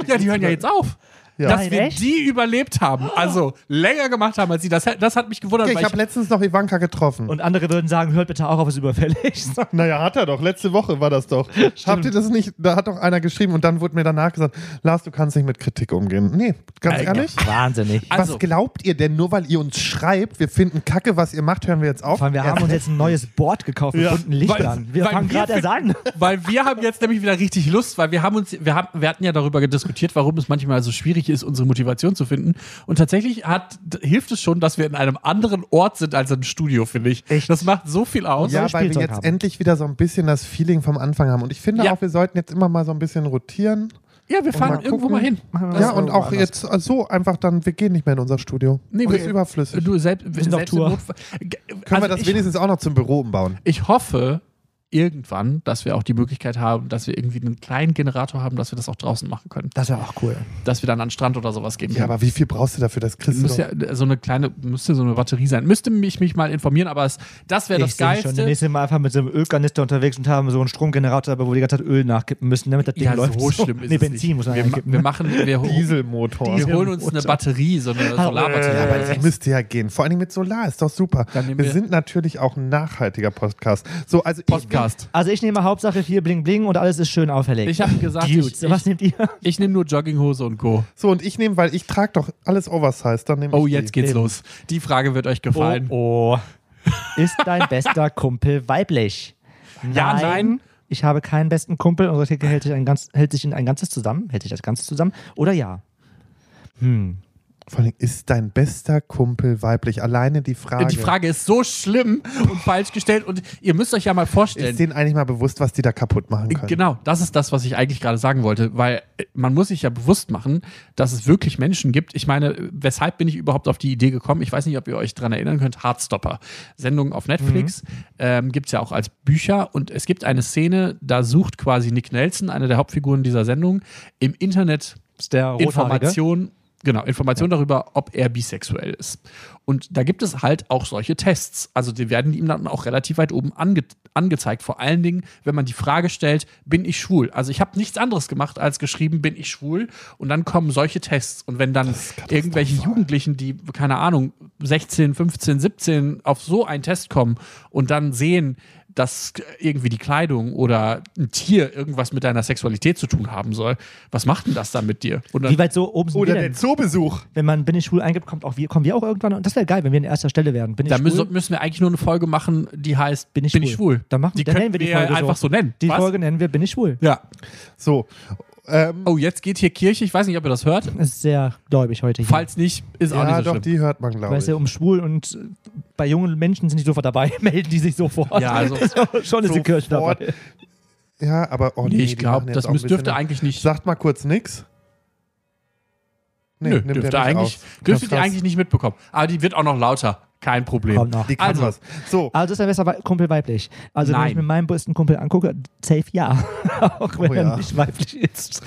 S2: Ja, die hören ja jetzt auf.
S1: Ja.
S2: Dass
S3: Nein,
S2: wir
S3: echt?
S2: die überlebt haben, also länger gemacht haben als sie, das, das hat mich gewundert.
S1: Okay, ich
S2: weil
S1: habe letztens noch Ivanka getroffen.
S3: Und andere würden sagen, hört bitte auch auf, es ist überfällig.
S1: naja, hat er doch. Letzte Woche war das doch. Habt ihr das nicht? Da hat doch einer geschrieben und dann wurde mir danach gesagt, Lars, du kannst nicht mit Kritik umgehen. Nee, ganz
S2: Äh,
S1: ehrlich.
S3: Wahnsinnig.
S2: Also-
S1: was glaubt ihr denn? Nur weil ihr uns schreibt, wir finden Kacke, was ihr macht, hören wir jetzt auf.
S3: Vor allem, wir haben uns jetzt ein neues Board gekauft mit
S1: Ja.
S3: bunten Lichtern.
S2: Weil-
S3: Wir
S2: weil
S3: fangen
S2: wir
S3: gerade erst an.
S2: Weil wir haben jetzt nämlich wieder richtig Lust, weil wir haben uns, wir, haben, wir hatten ja darüber diskutiert, warum es manchmal so schwierig ist, unsere Motivation zu finden. Und tatsächlich hat, d- hilft es schon, dass wir in einem anderen Ort sind als im Studio, finde ich.
S3: Echt?
S2: Das macht so viel aus.
S1: Ja,
S3: soll
S1: weil wir
S3: Spielzeug
S1: jetzt
S3: haben.
S1: endlich wieder so ein bisschen das Feeling vom Anfang haben. Und ich finde
S2: Ja.
S1: auch, wir sollten jetzt immer mal so ein bisschen rotieren.
S2: Ja, wir fahren
S1: mal
S2: irgendwo
S1: gucken.
S2: mal hin.
S1: ja, und auch jetzt äh, so einfach dann, wir gehen nicht mehr in unser Studio.
S2: Nee,
S1: und
S2: wir-
S1: ist überflüssig.
S2: Du selbst,
S3: sind auf
S2: selbst im
S3: Tour.
S2: Notfall- G-
S1: Können
S2: also
S1: wir das
S2: ich,
S1: wenigstens auch noch zum Büro umbauen?
S2: Ich hoffe irgendwann, dass wir auch die Möglichkeit haben, dass wir irgendwie einen kleinen Generator haben, dass wir das auch draußen machen können.
S3: Das wäre auch cool.
S2: Dass wir dann an den Strand oder sowas gehen
S1: Ja,
S2: können.
S1: aber wie viel brauchst du dafür? Das kriegst du
S2: Müsste
S1: doch.
S2: ja äh, so eine kleine, müsste so eine Batterie sein. Müsste mich, mich mal informieren, aber es, das wäre das
S3: ich sehe schon, das
S2: Geilste.
S3: nächste Mal einfach mit so einem Ölkanister unterwegs und haben so einen Stromgenerator, aber wo wir die ganze Zeit Öl nachkippen müssen, damit das Ding
S2: Ja,
S3: läuft.
S2: so schlimm ist
S3: nee,
S2: es
S3: Benzin
S2: nicht.
S3: muss man
S2: wir, ma-
S3: einkippen.
S2: wir machen, wir, ho-
S1: Dieselmotor.
S2: wir holen uns eine Batterie, so eine
S1: Ja, aber
S2: Solarbatterie.
S1: das müsste ja gehen. Vor allem mit Solar ist doch super.
S2: Dann nehmen
S1: Wir
S2: wir-
S1: sind natürlich auch ein nachhaltiger Podcast. So, also
S2: Podcast.
S3: Also ich nehme Hauptsache viel Bling Bling und alles ist schön auffällig.
S2: Ich habe gesagt,
S3: Dudes,
S2: ich, ich,
S3: was nehmt ihr?
S2: ich nehme nur Jogginghose und Co.
S1: Ich, so, und ich nehme, weil ich trage doch alles Oversize. Dann nehme
S2: Oh,
S1: ich
S2: jetzt
S1: die.
S2: geht's los. Die Frage wird euch gefallen.
S3: Oh, oh. Ist dein bester Kumpel weiblich?
S2: Ja, nein.
S3: Ich habe keinen besten Kumpel. Unsere Theke hält sich, ein ganz, hält sich in ein Ganzes zusammen. Hält sich das Ganze zusammen? Oder ja?
S1: Vor allem ist dein bester Kumpel weiblich. Alleine die Frage.
S2: Die Frage ist so schlimm und falsch gestellt und ihr müsst euch ja mal vorstellen.
S1: ist denen eigentlich mal bewusst, was die da kaputt machen können.
S2: Genau, das ist das, was ich eigentlich gerade sagen wollte, weil äh, man muss sich ja bewusst machen, dass es wirklich Menschen gibt. Ich meine, äh, weshalb bin ich überhaupt auf die Idee gekommen? Ich weiß nicht, ob ihr euch dran erinnern könnt. Hardstopper, Sendung auf Netflix, ähm, gibt's ja auch als Bücher und es gibt eine Szene, da sucht quasi Nick Nelson, eine der Hauptfiguren dieser Sendung, im Internet
S3: Ist der Rothaarige?
S2: Information, genau, Information darüber, ob er bisexuell ist. Und da gibt es halt auch solche Tests. Also die werden ihm dann auch relativ weit oben ange angezeigt. Vor allen Dingen, wenn man die Frage stellt, bin ich schwul? Also ich habe nichts anderes gemacht, als geschrieben, bin ich schwul? Und dann kommen solche Tests. Und wenn dann irgendwelche Jugendlichen, die, keine Ahnung, 16, 15, 17 auf so einen Test kommen und dann sehen, dass irgendwie die Kleidung oder ein Tier irgendwas mit deiner Sexualität zu tun haben soll. Was macht denn das dann mit dir? Und dann,
S3: Wie weit so oben sind
S1: Oder
S3: wir
S1: der
S3: denn?
S1: Zoobesuch.
S3: Wenn man Bin ich schwul eingibt, kommt auch wir, kommen wir auch irgendwann. Und das wäre geil, wenn wir an erster Stelle wären. Bin ich
S2: da
S3: schwul?
S2: müssen, müssen wir eigentlich nur eine Folge machen, die heißt
S3: Bin ich schwul? Dann machen-
S2: die
S3: dann
S2: können
S3: nennen
S2: wir
S3: wir die Folge
S2: einfach
S3: so.
S2: so nennen.
S3: die
S2: Was?
S3: Folge nennen wir Bin ich schwul.
S2: Ja.
S1: So. Ähm,
S2: Oh, jetzt geht hier Kirche. Ich weiß nicht, ob ihr das hört.
S3: Das ist sehr gläubig heute hier.
S2: Falls nicht, ist auch
S1: ja,
S2: nicht so
S1: doch,
S2: schlimm.
S1: die hört man, glaube ich.
S3: Weißt du, um schwul und äh, bei jungen Menschen sind die sofort dabei, melden die sich sofort.
S2: Ja, also-
S3: schon ist die Kirche
S1: Sofort.
S3: dabei.
S1: Ja, aber oh,
S2: nee,
S1: nee,
S2: ich
S1: die machen
S2: glaube,
S1: jetzt
S2: das
S1: auch ein
S2: müsst, dürfte
S1: bisschen-
S2: eigentlich nicht.
S1: Sagt mal kurz nix. Nee,
S2: nö,
S1: nimmt
S2: dürfte
S1: er nicht
S2: eigentlich,
S1: auf.
S2: dürftet ihr
S1: Krass.
S2: eigentlich nicht mitbekommen. Aber die wird auch noch lauter. Kein Problem.
S3: Kommt noch.
S1: Die kann
S2: Also-
S1: was. So,
S3: Also ist dein bester Wei- Kumpel weiblich. Also wenn
S2: Nein.
S3: ich mir meinen besten Kumpel angucke, safe ja. Auch wenn
S1: Oh ja.
S3: er nicht weiblich ist.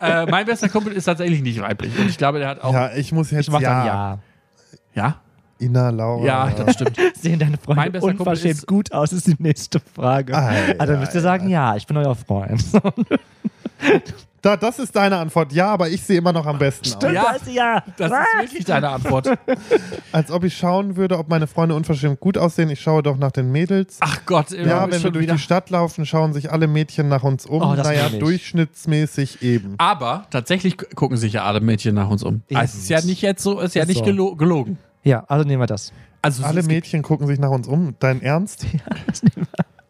S2: Äh, mein bester Kumpel ist tatsächlich nicht weiblich. Und ich glaube, der hat auch. Ja?
S1: ja, ich muss jetzt
S3: Ich mach
S1: ja.
S3: dann ja.
S2: Ja,
S1: Ina Laura.
S2: das stimmt.
S3: Sehen deine
S2: Mein
S3: Freunde
S2: bester Kumpel
S3: unverschämt
S2: ist-
S3: gut aus, ist die nächste Frage.
S1: Ei,
S3: also dann müsst ihr
S1: ei,
S3: sagen,
S1: ei.
S3: ja, ich bin euer Freund.
S1: Da, das ist deine Antwort. Ja, aber ich sehe immer noch am besten aus.
S2: Oh Ja.
S3: Da ist sie ja.
S2: Das ist wirklich deine Antwort.
S1: Als ob ich schauen würde, ob meine Freunde unverschämt gut aussehen. Ich schaue doch nach den Mädels.
S2: Ach Gott,
S1: ja, wenn wir
S2: schon
S1: durch
S2: wieder.
S1: die Stadt laufen, schauen sich alle Mädchen nach uns um.
S3: Oh, das
S1: naja,
S3: kenn ich.
S1: durchschnittsmäßig eben.
S2: Aber tatsächlich gu- gucken sich ja alle Mädchen nach uns um.
S3: Ja.
S2: Also es ist ja nicht jetzt so, es ist ja
S3: Ist
S2: nicht
S3: so.
S2: gelo gelogen.
S3: Ja, also nehmen wir das.
S2: Also es-
S1: Alle
S2: es gibt-
S1: Mädchen gucken sich nach uns um. Dein Ernst?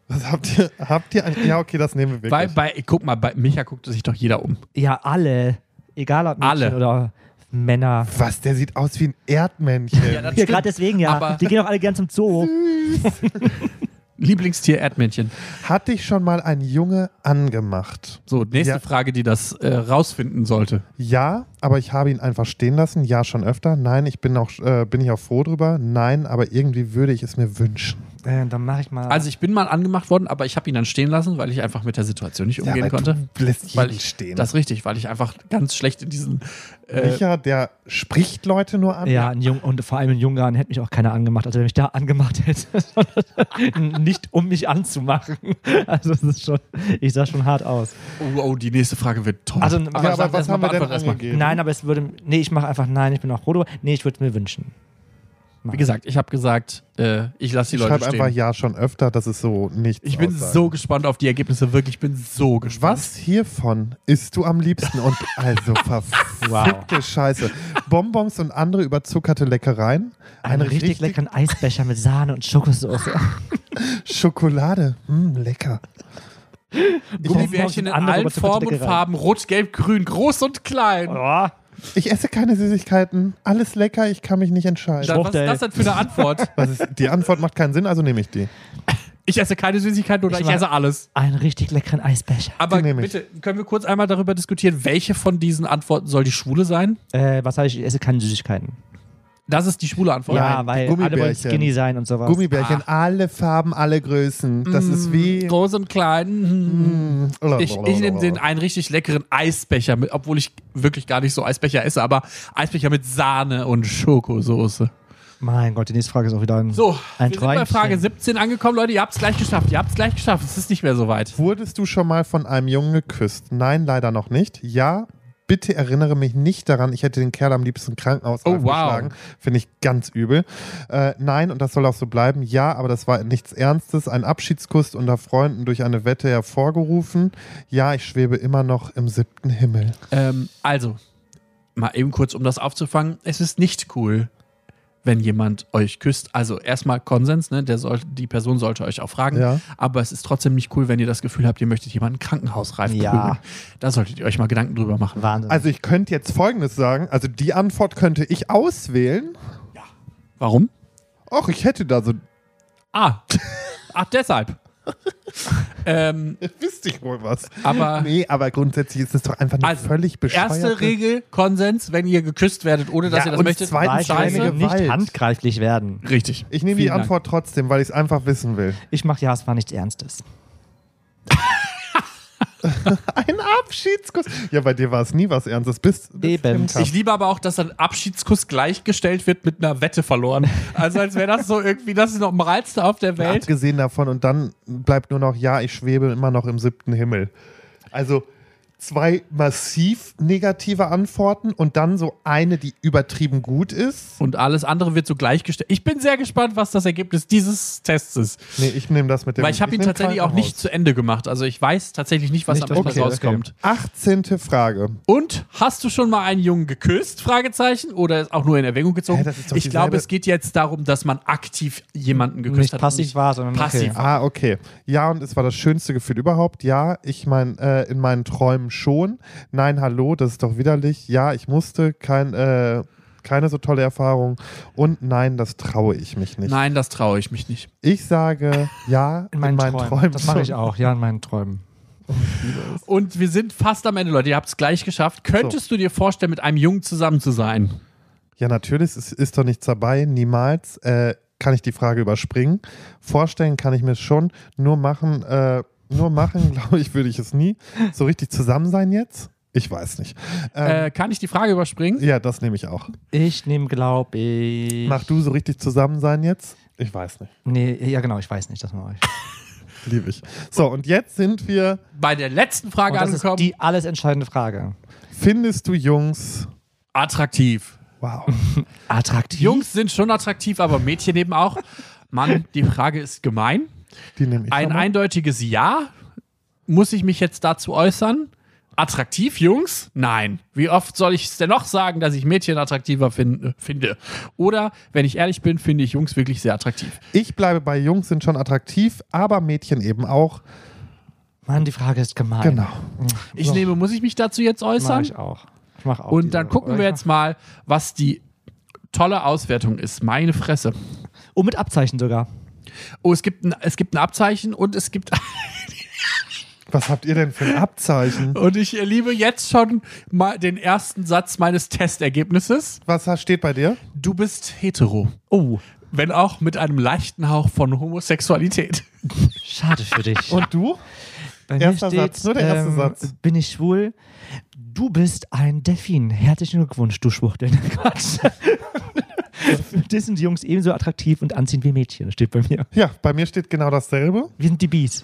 S1: Was habt ihr? Habt ihr ein, ja, okay, das nehmen wir wirklich.
S2: bei, bei, guck mal, bei Micha guckt sich doch jeder um.
S3: Ja, alle. Egal ob Mädchen
S2: Alle.
S3: oder Männer.
S1: Was, der sieht aus wie ein Erdmännchen.
S2: Ja, das
S3: Ja,
S2: stimmt.
S3: gerade deswegen ja.
S2: Aber-
S3: die gehen auch alle gern zum Zoo.
S2: Lieblingstier Erdmännchen.
S1: Hat dich schon mal ein Junge angemacht?
S2: So, nächste
S1: Ja.
S2: Frage, die das äh, rausfinden sollte.
S1: Ja, aber ich habe ihn einfach stehen lassen. Ja, schon öfter. Nein, ich bin auch, äh, bin ich auch froh drüber. Nein, aber irgendwie würde ich es mir wünschen.
S3: Äh, dann mache ich mal.
S2: Also ich bin mal angemacht worden, aber ich habe ihn dann stehen lassen, weil ich einfach mit der Situation nicht umgehen
S1: weil
S2: konnte.
S1: Du lässt
S2: Weil
S1: jeden
S2: ich-
S1: stehen.
S2: Das ist richtig, weil ich einfach ganz schlecht in diesen äh,
S1: Richard, der spricht Leute nur an.
S3: ja, ein Jung, und vor allem in jungen Jahren hätte mich auch keiner angemacht. Also wenn mich da angemacht hätte, sondern nicht um mich anzumachen. Also es ist schon, ich sah schon hart aus.
S2: Oh, oh, die nächste Frage wird toll.
S3: Also,
S1: Ja, aber,
S2: sag
S1: was
S2: erst
S1: haben
S2: mal,
S1: wir denn
S2: beantworte erst mal.
S1: angegeben?
S3: Nein, aber es würde, nee, ich mache einfach nein, ich bin auch froh drüber. Nee, ich würde es mir wünschen.
S2: Wie gesagt, ich habe gesagt, äh, ich lasse die
S1: ich
S2: Leute
S1: schreibe
S2: stehen.
S1: einfach ja schon öfter. Das ist so nicht.
S2: ich bin so gespannt auf die Ergebnisse, wirklich, ich bin so gespannt.
S1: Was hiervon isst du am liebsten? Und also verfickte Scheiße. Bonbons und andere überzuckerte Leckereien.
S3: Einen
S1: Eine
S3: richtig, leckeren Eisbecher mit Sahne und Schokosauce.
S1: Schokolade. Mm, lecker.
S2: Gummibärchen in
S3: Andere
S2: allen
S3: überzuckerte
S2: Formen und
S3: Leckerei.
S2: Farben, rot, gelb, grün, groß und klein.
S3: oh,
S1: Ich esse keine Süßigkeiten. Alles lecker. Ich kann mich nicht entscheiden.
S2: Dann, was ist
S3: Bruchteil.
S2: das denn für eine Antwort?
S1: Was ist, die Antwort macht keinen Sinn, also nehme ich die.
S2: Ich esse keine Süßigkeiten oder
S3: Ich
S2: ich,
S3: mag-
S2: esse alles.
S3: einen richtig leckeren Eisbecher.
S2: Aber
S1: Die nehme ich.
S2: bitte, können wir kurz einmal darüber diskutieren, welche von diesen Antworten soll die Schwule sein?
S3: Äh, was habe ich? Ich esse keine Süßigkeiten.
S2: Das ist die schwule Antwort.
S3: Ja,
S1: die
S3: weil alle wollen
S1: Gummibärchen.
S3: skinny sein und sowas.
S1: Gummibärchen,
S2: Ah.
S1: alle Farben, alle Größen. Das ist wie. Mm.
S2: Groß und klein. hm. Mm. Ich, ich nehme den einen richtig leckeren Eisbecher mit, obwohl ich wirklich gar nicht so Eisbecher esse, aber Eisbecher mit Sahne und Schokosoße.
S3: mein Gott, die nächste Frage ist auch wieder ein,
S2: So,
S3: ein
S2: wir sind bei
S3: Träumchen.
S2: Frage 17 angekommen, Leute. Ihr habt es gleich geschafft. Ihr habt es gleich geschafft. Es ist nicht mehr so weit.
S1: Wurdest du schon mal von einem Jungen geküsst? Nein, leider noch nicht. Ja, bitte erinnere mich nicht daran. Ich hätte den Kerl am liebsten Krankenhaus
S2: Oh, wow.
S1: geschlagen. Finde ich ganz übel. Äh, nein, und das soll auch so bleiben. Ja, aber das war nichts Ernstes. Ein Abschiedskuss unter Freunden durch eine Wette hervorgerufen. Ja, ich schwebe immer noch im siebten Himmel.
S2: Ähm, also, mal eben kurz, um das aufzufangen. Es ist nicht cool, wenn jemand euch küsst. Also erstmal Konsens, ne? Der soll, die Person sollte euch auch fragen.
S1: Ja.
S2: Aber es ist trotzdem nicht cool, wenn ihr das Gefühl habt, ihr möchtet jemanden krankenhausreif
S3: Ja.
S2: prügeln. Da solltet ihr euch mal Gedanken drüber machen.
S3: Wahnsinn.
S1: Also ich könnte jetzt Folgendes sagen. Also die Antwort könnte ich auswählen.
S2: Warum?
S1: Och, ich hätte da so...
S2: Ah, ach deshalb. ähm,
S1: Wüsste ich wohl was.
S2: aber
S1: Nee, aber grundsätzlich ist es doch einfach eine
S2: Also,
S1: völlig bescheuerte...
S2: erste Regel, Konsens, wenn ihr geküsst werdet, ohne dass
S1: Ja,
S2: ihr das
S1: und
S2: möchtet.
S1: zweitens
S2: Scheiße.
S1: keine
S3: nicht
S1: Gewalt.
S3: handgreiflich werden.
S2: Richtig.
S1: Ich nehme die
S2: Vielen Dank.
S1: Antwort trotzdem, weil ich es einfach wissen will.
S3: Ich mache ja, es war nichts Ernstes.
S1: Ein Abschiedskuss. Ja, bei dir war es nie was Ernstes. Bis, bis Tim
S3: Eben.
S1: kam.
S2: Ich liebe aber auch, dass ein Abschiedskuss gleichgestellt wird mit einer Wette verloren. Also als wäre das so irgendwie das Normalste auf der Welt.
S1: abgesehen davon und dann bleibt nur noch, ja, ich schwebe immer noch im siebten Himmel. Also zwei massiv negative Antworten und dann so eine, die übertrieben gut ist.
S2: Und alles andere wird so gleichgestellt. Ich bin sehr gespannt, was das Ergebnis dieses Tests ist.
S1: Nee, ich nehme das mit dem.
S2: Weil ich habe ihn
S1: nehm
S2: tatsächlich auch nicht zu Ende gemacht. Also ich weiß tatsächlich nicht, was
S3: Nicht,
S2: am
S3: was
S2: Ende
S1: Krankenhaus. Okay,
S2: rauskommt.
S1: okay. 18. Frage.
S2: Und hast du schon mal einen Jungen geküsst? Fragezeichen. Oder ist auch nur in Erwägung gezogen?
S1: Hä, das ist doch
S2: ich glaube,
S1: dieselbe-
S2: es geht jetzt darum, dass man aktiv jemanden geküsst
S3: Nicht
S2: hat. und
S3: passiv
S2: nicht
S3: war, sondern
S2: passiv
S3: okay.
S2: war.
S1: Ah, okay. Ja, und es war das schönste Gefühl überhaupt. Ja, ich mein, äh, in meinen Träumen schon. Nein, hallo, das ist doch widerlich. Ja, ich musste kein, äh, keine so tolle Erfahrung. Und nein, das traue ich mich nicht.
S2: Nein, das traue ich mich nicht.
S1: Ich sage ja
S3: In meinen, Träumen. Das mache ich
S1: schon.
S3: auch, ja, in meinen Träumen.
S2: Und wir sind fast am Ende, Leute. Ihr habt es gleich geschafft. Könntest du dir vorstellen, mit einem Jungen zusammen zu sein?
S1: Ja, natürlich, es ist doch nichts dabei, niemals. Äh, kann ich die Frage überspringen? Vorstellen kann ich mir schon. Nur machen, äh, nur machen, glaube ich, würde ich es nie. So richtig zusammen sein jetzt? Ich weiß nicht. Ähm,
S2: Äh, kann ich die Frage überspringen?
S1: ja, das nehme ich auch.
S3: Ich nehme, glaube ich.
S1: Mach du so richtig zusammen sein jetzt? Ich weiß nicht.
S3: Nee, ja, genau, ich weiß nicht, das mache ich.
S1: Liebe ich. So, und jetzt sind wir.
S2: Bei der letzten Frage
S3: Und das ist
S2: angekommen.
S3: die alles entscheidende Frage.
S1: Findest du Jungs?
S2: attraktiv.
S1: Wow.
S3: Attraktiv.
S2: Jungs sind schon attraktiv, aber Mädchen eben auch. Mann, die Frage ist gemein.
S1: Die nehme ich.
S2: Ein
S1: nochmal.
S2: eindeutiges Ja. Muss ich mich jetzt dazu äußern? Attraktiv, Jungs? Nein. Wie oft soll ich es denn noch sagen, dass ich Mädchen attraktiver fin äh, finde? Oder, wenn ich ehrlich bin, finde ich Jungs wirklich sehr attraktiv.
S1: ich bleibe bei Jungs sind schon attraktiv, aber Mädchen eben auch.
S3: Mann, die Frage ist gemein.
S1: Genau.
S2: Ich nehme, muss ich mich dazu jetzt
S3: Mach
S2: äußern?
S3: ich auch. Ich mach auch diese-
S2: Und dann gucken
S3: oder
S2: wir
S3: ich
S2: jetzt mal, was die tolle Auswertung ist. Meine Fresse.
S3: mach- Oh, mit Abzeichen sogar.
S2: Oh, es gibt ein, es gibt ein Abzeichen und es gibt.
S1: Was habt ihr denn für ein Abzeichen?
S2: Und ich liebe jetzt schon mal den ersten Satz meines Testergebnisses.
S1: Was da steht bei dir?
S2: Du bist hetero.
S3: Oh,
S2: Wenn auch mit einem leichten Hauch von Homosexualität.
S3: schade für dich.
S1: Und du?
S3: Bei ähm,
S1: Erster Satz, nur der erste Satz.
S3: Bin ich schwul? Du bist ein Delfin. Herzlichen Glückwunsch, du Schwuchtel. Quatsch. Für dich sind die Jungs ebenso attraktiv und anziehend wie Mädchen, steht bei mir.
S1: Ja, bei mir steht genau dasselbe.
S3: Wir sind die Bees.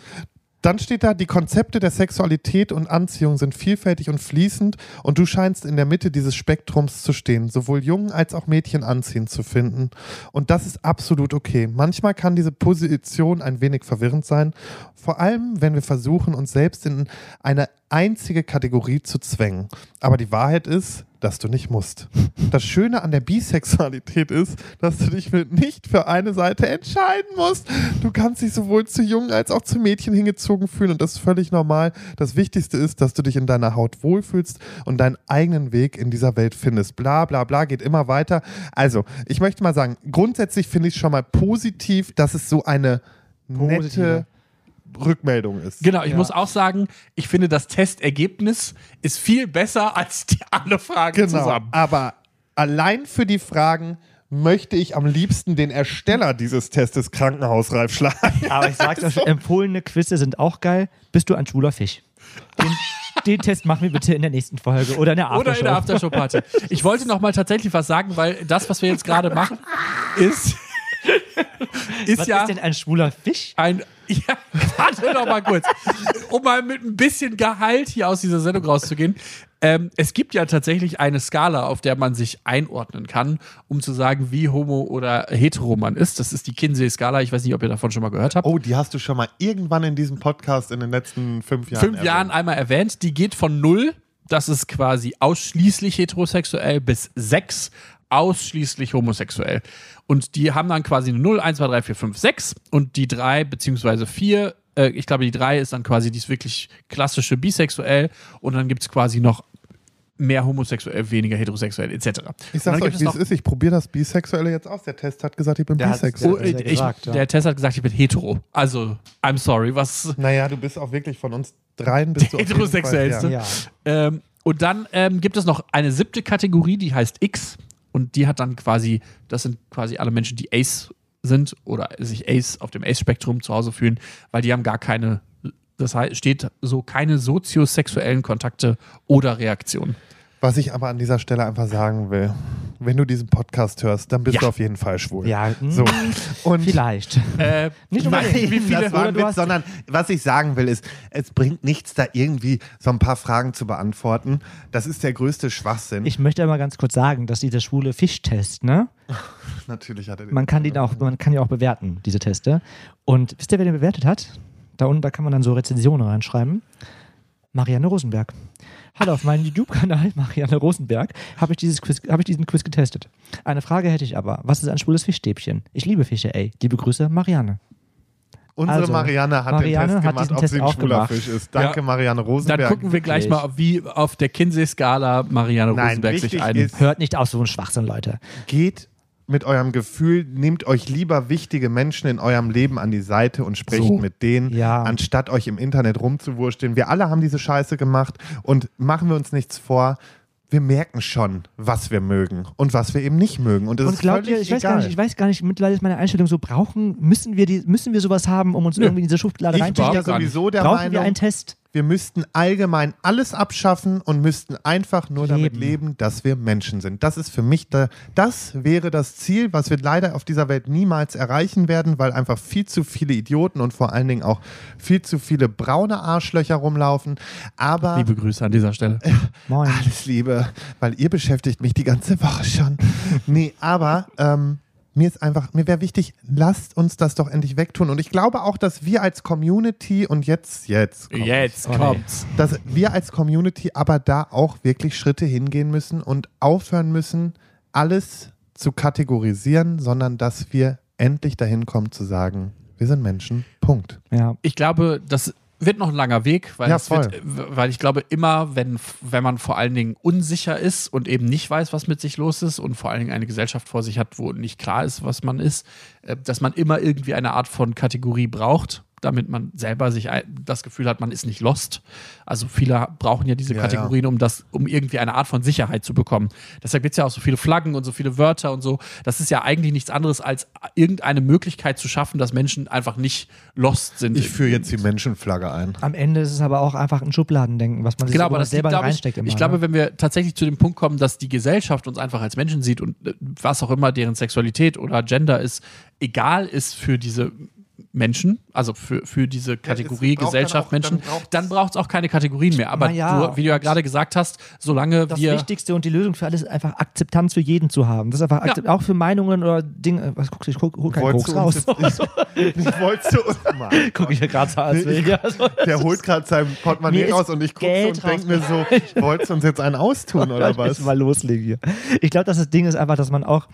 S1: Dann steht da, die Konzepte der Sexualität und Anziehung sind vielfältig und fließend und du scheinst in der Mitte dieses Spektrums zu stehen, sowohl Jungen als auch Mädchen anziehend zu finden. Und das ist absolut okay. Manchmal kann diese Position ein wenig verwirrend sein, vor allem wenn wir versuchen, uns selbst in eine einzige Kategorie zu zwängen. Aber die Wahrheit ist, dass du nicht musst. Das Schöne an der Bisexualität ist, dass du dich mit nicht für eine Seite entscheiden musst. Du kannst dich sowohl zu Jungen als auch zu Mädchen hingezogen fühlen und das ist völlig normal. Das Wichtigste ist, dass du dich in deiner Haut wohlfühlst und deinen eigenen Weg in dieser Welt findest. Bla bla bla geht immer weiter. Also, ich möchte mal sagen, grundsätzlich finde ich schon mal positiv, dass es so eine nette
S3: Positive.
S1: Rückmeldung ist.
S2: Genau, ich
S3: Ja.
S2: muss auch sagen, ich finde, das Testergebnis ist viel besser als die, alle Fragen zusammen.
S1: Genau. Aber allein für die Fragen möchte ich am liebsten den Ersteller dieses Testes krankenhausreif schlagen.
S3: Aber ich sag euch, empfohlene Quizze sind auch geil. Bist du ein schwuler Fisch? Den, den Test machen wir bitte in der nächsten Folge oder in der Aftershow.
S2: Oder in der Aftershow-Party. Ich wollte noch mal tatsächlich was sagen, weil das, was wir jetzt gerade machen, ist, ist
S3: Was
S2: ja
S3: ist denn ein schwuler Fisch?
S2: ein. Ja, warte noch mal kurz. Um mal mit ein bisschen Gehalt hier aus dieser Sendung rauszugehen. Ähm, es gibt ja tatsächlich eine Skala, auf der man sich einordnen kann, um zu sagen, wie homo oder hetero man ist. Das ist die Kinsey-Skala. Ich weiß nicht, ob ihr davon schon mal gehört habt.
S1: Oh, die hast du schon mal irgendwann in diesem Podcast in den letzten fünf Jahren.
S2: fünf
S1: erwähnt.
S2: Jahren einmal erwähnt. Die geht von null, das ist quasi ausschließlich heterosexuell, bis sechs, ausschließlich homosexuell. Und die haben dann quasi eine 0, 1, 2, 3, 4, 5, 6 und die drei beziehungsweise vier, äh, ich glaube die drei ist dann quasi dies wirklich klassische bisexuell und dann gibt es quasi noch mehr homosexuell, weniger heterosexuell
S1: Ich
S2: etc. Und dann
S1: sag's
S2: gibt
S1: euch, wie es
S2: noch-
S1: ist. Ich probiere das Bisexuelle jetzt aus. Der Test hat gesagt, ich bin
S3: Der hat's-
S1: bisexuell.
S2: Oh,
S3: Ja, sehr
S2: ich,
S3: gesagt, ja.
S2: Der Test hat gesagt, ich bin hetero. Also, I'm sorry, was
S1: Naja, du bist auch wirklich von uns dreien bist du auf jeden Fall-
S2: Heterosexuellste.
S1: Ja.
S3: Ja.
S2: Ähm, und dann ähm, gibt es noch eine siebte Kategorie, die heißt X. Und die hat dann quasi, das sind quasi alle Menschen, die Ace sind oder sich Ace auf dem Ace-Spektrum zu Hause fühlen, weil die haben gar keine, das heißt, steht so keine soziosexuellen Kontakte oder Reaktionen.
S1: Was ich aber an dieser Stelle einfach sagen will, wenn du diesen Podcast hörst, dann bist
S2: Ja.
S1: du auf jeden Fall schwul.
S3: Ja, hm,
S1: So. Und
S3: vielleicht.
S2: Äh,
S3: Nicht
S1: Nein,
S3: unbedingt.
S1: wie viele das war
S3: Oder
S1: ein
S3: du
S1: Witz,
S3: hast-
S1: sondern was ich sagen will, ist, es bringt nichts, da irgendwie so ein paar Fragen zu beantworten. Das ist der größte Schwachsinn.
S3: Ich möchte aber ganz kurz sagen, dass dieser schwule Fischtest, ne?
S1: Natürlich hat er den-
S3: Man kann, den auch, man kann ja auch bewerten, diese Teste. Und wisst ihr, wer den bewertet hat? Da unten, da kann man dann so Rezensionen reinschreiben. Marianne Rosenberg. Hallo, auf meinem YouTube-Kanal Marianne Rosenberg habe ich, dieses Quiz- habe ich diesen Quiz getestet. Eine Frage hätte ich aber. Was ist ein schwules Fischstäbchen? Ich liebe Fische, ey. Liebe Grüße, Marianne.
S1: Unsere
S3: also,
S1: Marianne hat
S3: Marianne
S1: den Test
S3: hat
S1: gemacht,
S3: diesen
S1: ob
S3: Test
S1: sie ein
S3: auch
S1: schwuler
S3: gemacht.
S1: Fisch ist. Danke, Marianne
S2: dann
S1: Rosenberg.
S2: gucken wir gleich mal, ob- wie auf der Kinsey-Skala Marianne
S1: Nein,
S2: Rosenberg sich
S1: wichtig
S2: ein.
S1: ist-
S3: Hört nicht auf so einen Schwachsinn, Leute.
S1: Geht mit eurem Gefühl, nehmt euch lieber wichtige Menschen in eurem Leben an die Seite und sprecht
S2: So.
S1: mit denen,
S3: Ja.
S1: anstatt euch im Internet rumzuwurschteln. Wir alle haben diese Scheiße gemacht und machen wir uns nichts vor. Wir merken schon, was wir mögen und was wir eben nicht mögen. Und das
S3: Und
S1: ist
S3: glaubt
S1: völlig
S3: ihr, ich weiß,
S1: egal.
S3: gar nicht, ich weiß gar nicht, mittlerweile ist meine Einstellung so, brauchen, müssen wir, die, müssen wir sowas haben, um uns irgendwie in diese Schublade
S1: Ich bin ja
S3: reinzustellen?
S2: gar nicht.
S1: sowieso der
S3: Brauchen wir
S1: Meinung,
S3: einen Test?
S1: wir müssten allgemein alles abschaffen und müssten einfach nur damit
S3: Leben.
S1: leben, dass wir Menschen sind. Das ist für mich, da, das wäre das Ziel, was wir leider auf dieser Welt niemals erreichen werden, weil einfach viel zu viele Idioten und vor allen Dingen auch viel zu viele braune Arschlöcher rumlaufen. Aber
S2: Liebe Grüße an dieser Stelle.
S3: Moin.
S1: alles Liebe, weil ihr beschäftigt mich die ganze Woche schon. Nee, aber ähm, mir ist einfach, mir wäre wichtig, lasst uns das doch endlich wegtun. Und ich glaube auch, dass wir als Community und jetzt, jetzt, kommt
S2: Jetzt
S3: Oh, nee.
S2: kommt's.
S1: dass wir als Community aber da auch wirklich Schritte hingehen müssen und aufhören müssen, alles zu kategorisieren, sondern dass wir endlich dahin kommen zu sagen, wir sind Menschen. Punkt.
S3: Ja.
S2: Ich glaube, das wird noch ein langer Weg, weil,
S1: Ja,
S2: es wird,
S1: voll.
S2: weil ich glaube, immer, wenn, wenn man vor allen Dingen unsicher ist und eben nicht weiß, was mit sich los ist und vor allen Dingen eine Gesellschaft vor sich hat, wo nicht klar ist, was man ist, äh, dass man immer irgendwie eine Art von Kategorie braucht, damit man selber sich ein- das Gefühl hat, man ist nicht lost. Also viele brauchen ja diese
S1: Ja, ja.
S2: Kategorien, um das, um irgendwie eine Art von Sicherheit zu bekommen. Deshalb gibt es ja auch so viele Flaggen und so viele Wörter und so. Das ist ja eigentlich nichts anderes, als irgendeine Möglichkeit zu schaffen, dass Menschen einfach nicht lost sind.
S1: Ich führe jetzt die Menschenflagge ein.
S3: Am Ende ist es aber auch einfach ein Schubladendenken, was man sich
S2: Genau,
S3: immer
S2: aber das
S3: selber
S2: liegt, glaub
S3: reinsteckt.
S2: Ich,
S3: immer,
S2: ich
S3: ne?
S2: glaube, wenn wir tatsächlich zu dem Punkt kommen, dass die Gesellschaft uns einfach als Menschen sieht und äh, was auch immer deren Sexualität oder Gender ist, egal ist für diese Menschen, also für, für diese Kategorie
S1: braucht dann
S2: Gesellschaft
S1: auch-
S2: Menschen,
S1: dann braucht's-
S2: dann braucht es auch keine Kategorien mehr. Aber
S3: Na ja.
S2: du, wie du ja gerade gesagt hast, solange
S3: das
S2: wir.
S3: Wichtigste und die Lösung für alles ist einfach Akzeptanz für jeden zu haben. Das ist einfach Akzept, auch für Meinungen oder Dinge. Was guckst du? Ich guck, hol keinen
S1: Wolltest
S3: Koks
S1: du uns
S3: raus.
S1: jetzt- Ich, ich wollte zu uns mal.
S3: Guck ich ja gerade so aus.
S1: Nee, ich-
S3: ja, so.
S1: Der holt gerade sein
S3: Mir
S1: Portemonnaie
S3: ist
S1: raus und ich gucke
S3: Geld
S1: und denke mir so, wolltest du uns jetzt einen austun oder
S3: Ich muss
S1: was?
S3: mal loslegen hier. Ich glaube, dass das Ding ist einfach, dass man auch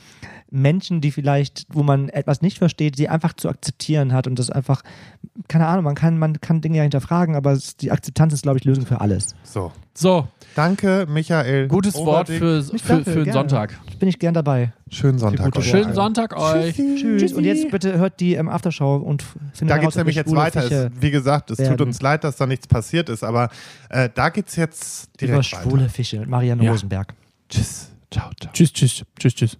S3: Menschen, die vielleicht, wo man etwas nicht versteht, sie einfach zu akzeptieren hat und das einfach, keine Ahnung, man kann, man kann Dinge ja hinterfragen, aber es, die Akzeptanz ist, glaube ich, Lösung für alles.
S1: So.
S2: So,
S1: Danke, Michael.
S2: gutes Wort
S1: Overdick.
S2: für,
S3: Nicht
S2: für,
S3: dafür,
S2: für den
S3: gerne.
S2: Sonntag.
S3: Bin ich gern dabei.
S1: Schönen Sonntag.
S3: gute
S1: euch
S2: Schönen
S1: allen.
S2: Sonntag euch.
S3: Tschüss. Und jetzt bitte hört die ähm, Aftershow und f- findet
S1: Da
S3: heraus,
S1: geht es
S3: ob
S1: nämlich
S3: ihr
S1: jetzt
S3: schwul oder
S1: weiter.
S3: fische-
S1: Es, wie gesagt, es tut
S3: werden.
S1: uns leid, dass da nichts passiert ist, aber äh, da geht es jetzt
S3: Über
S1: direkt weiter.
S3: schwule Fische. Marianne
S2: Ja.
S3: Rosenberg.
S2: Tschüss. Ciao, ciao. Tschüss, tschüss. Tschüss, tschüss.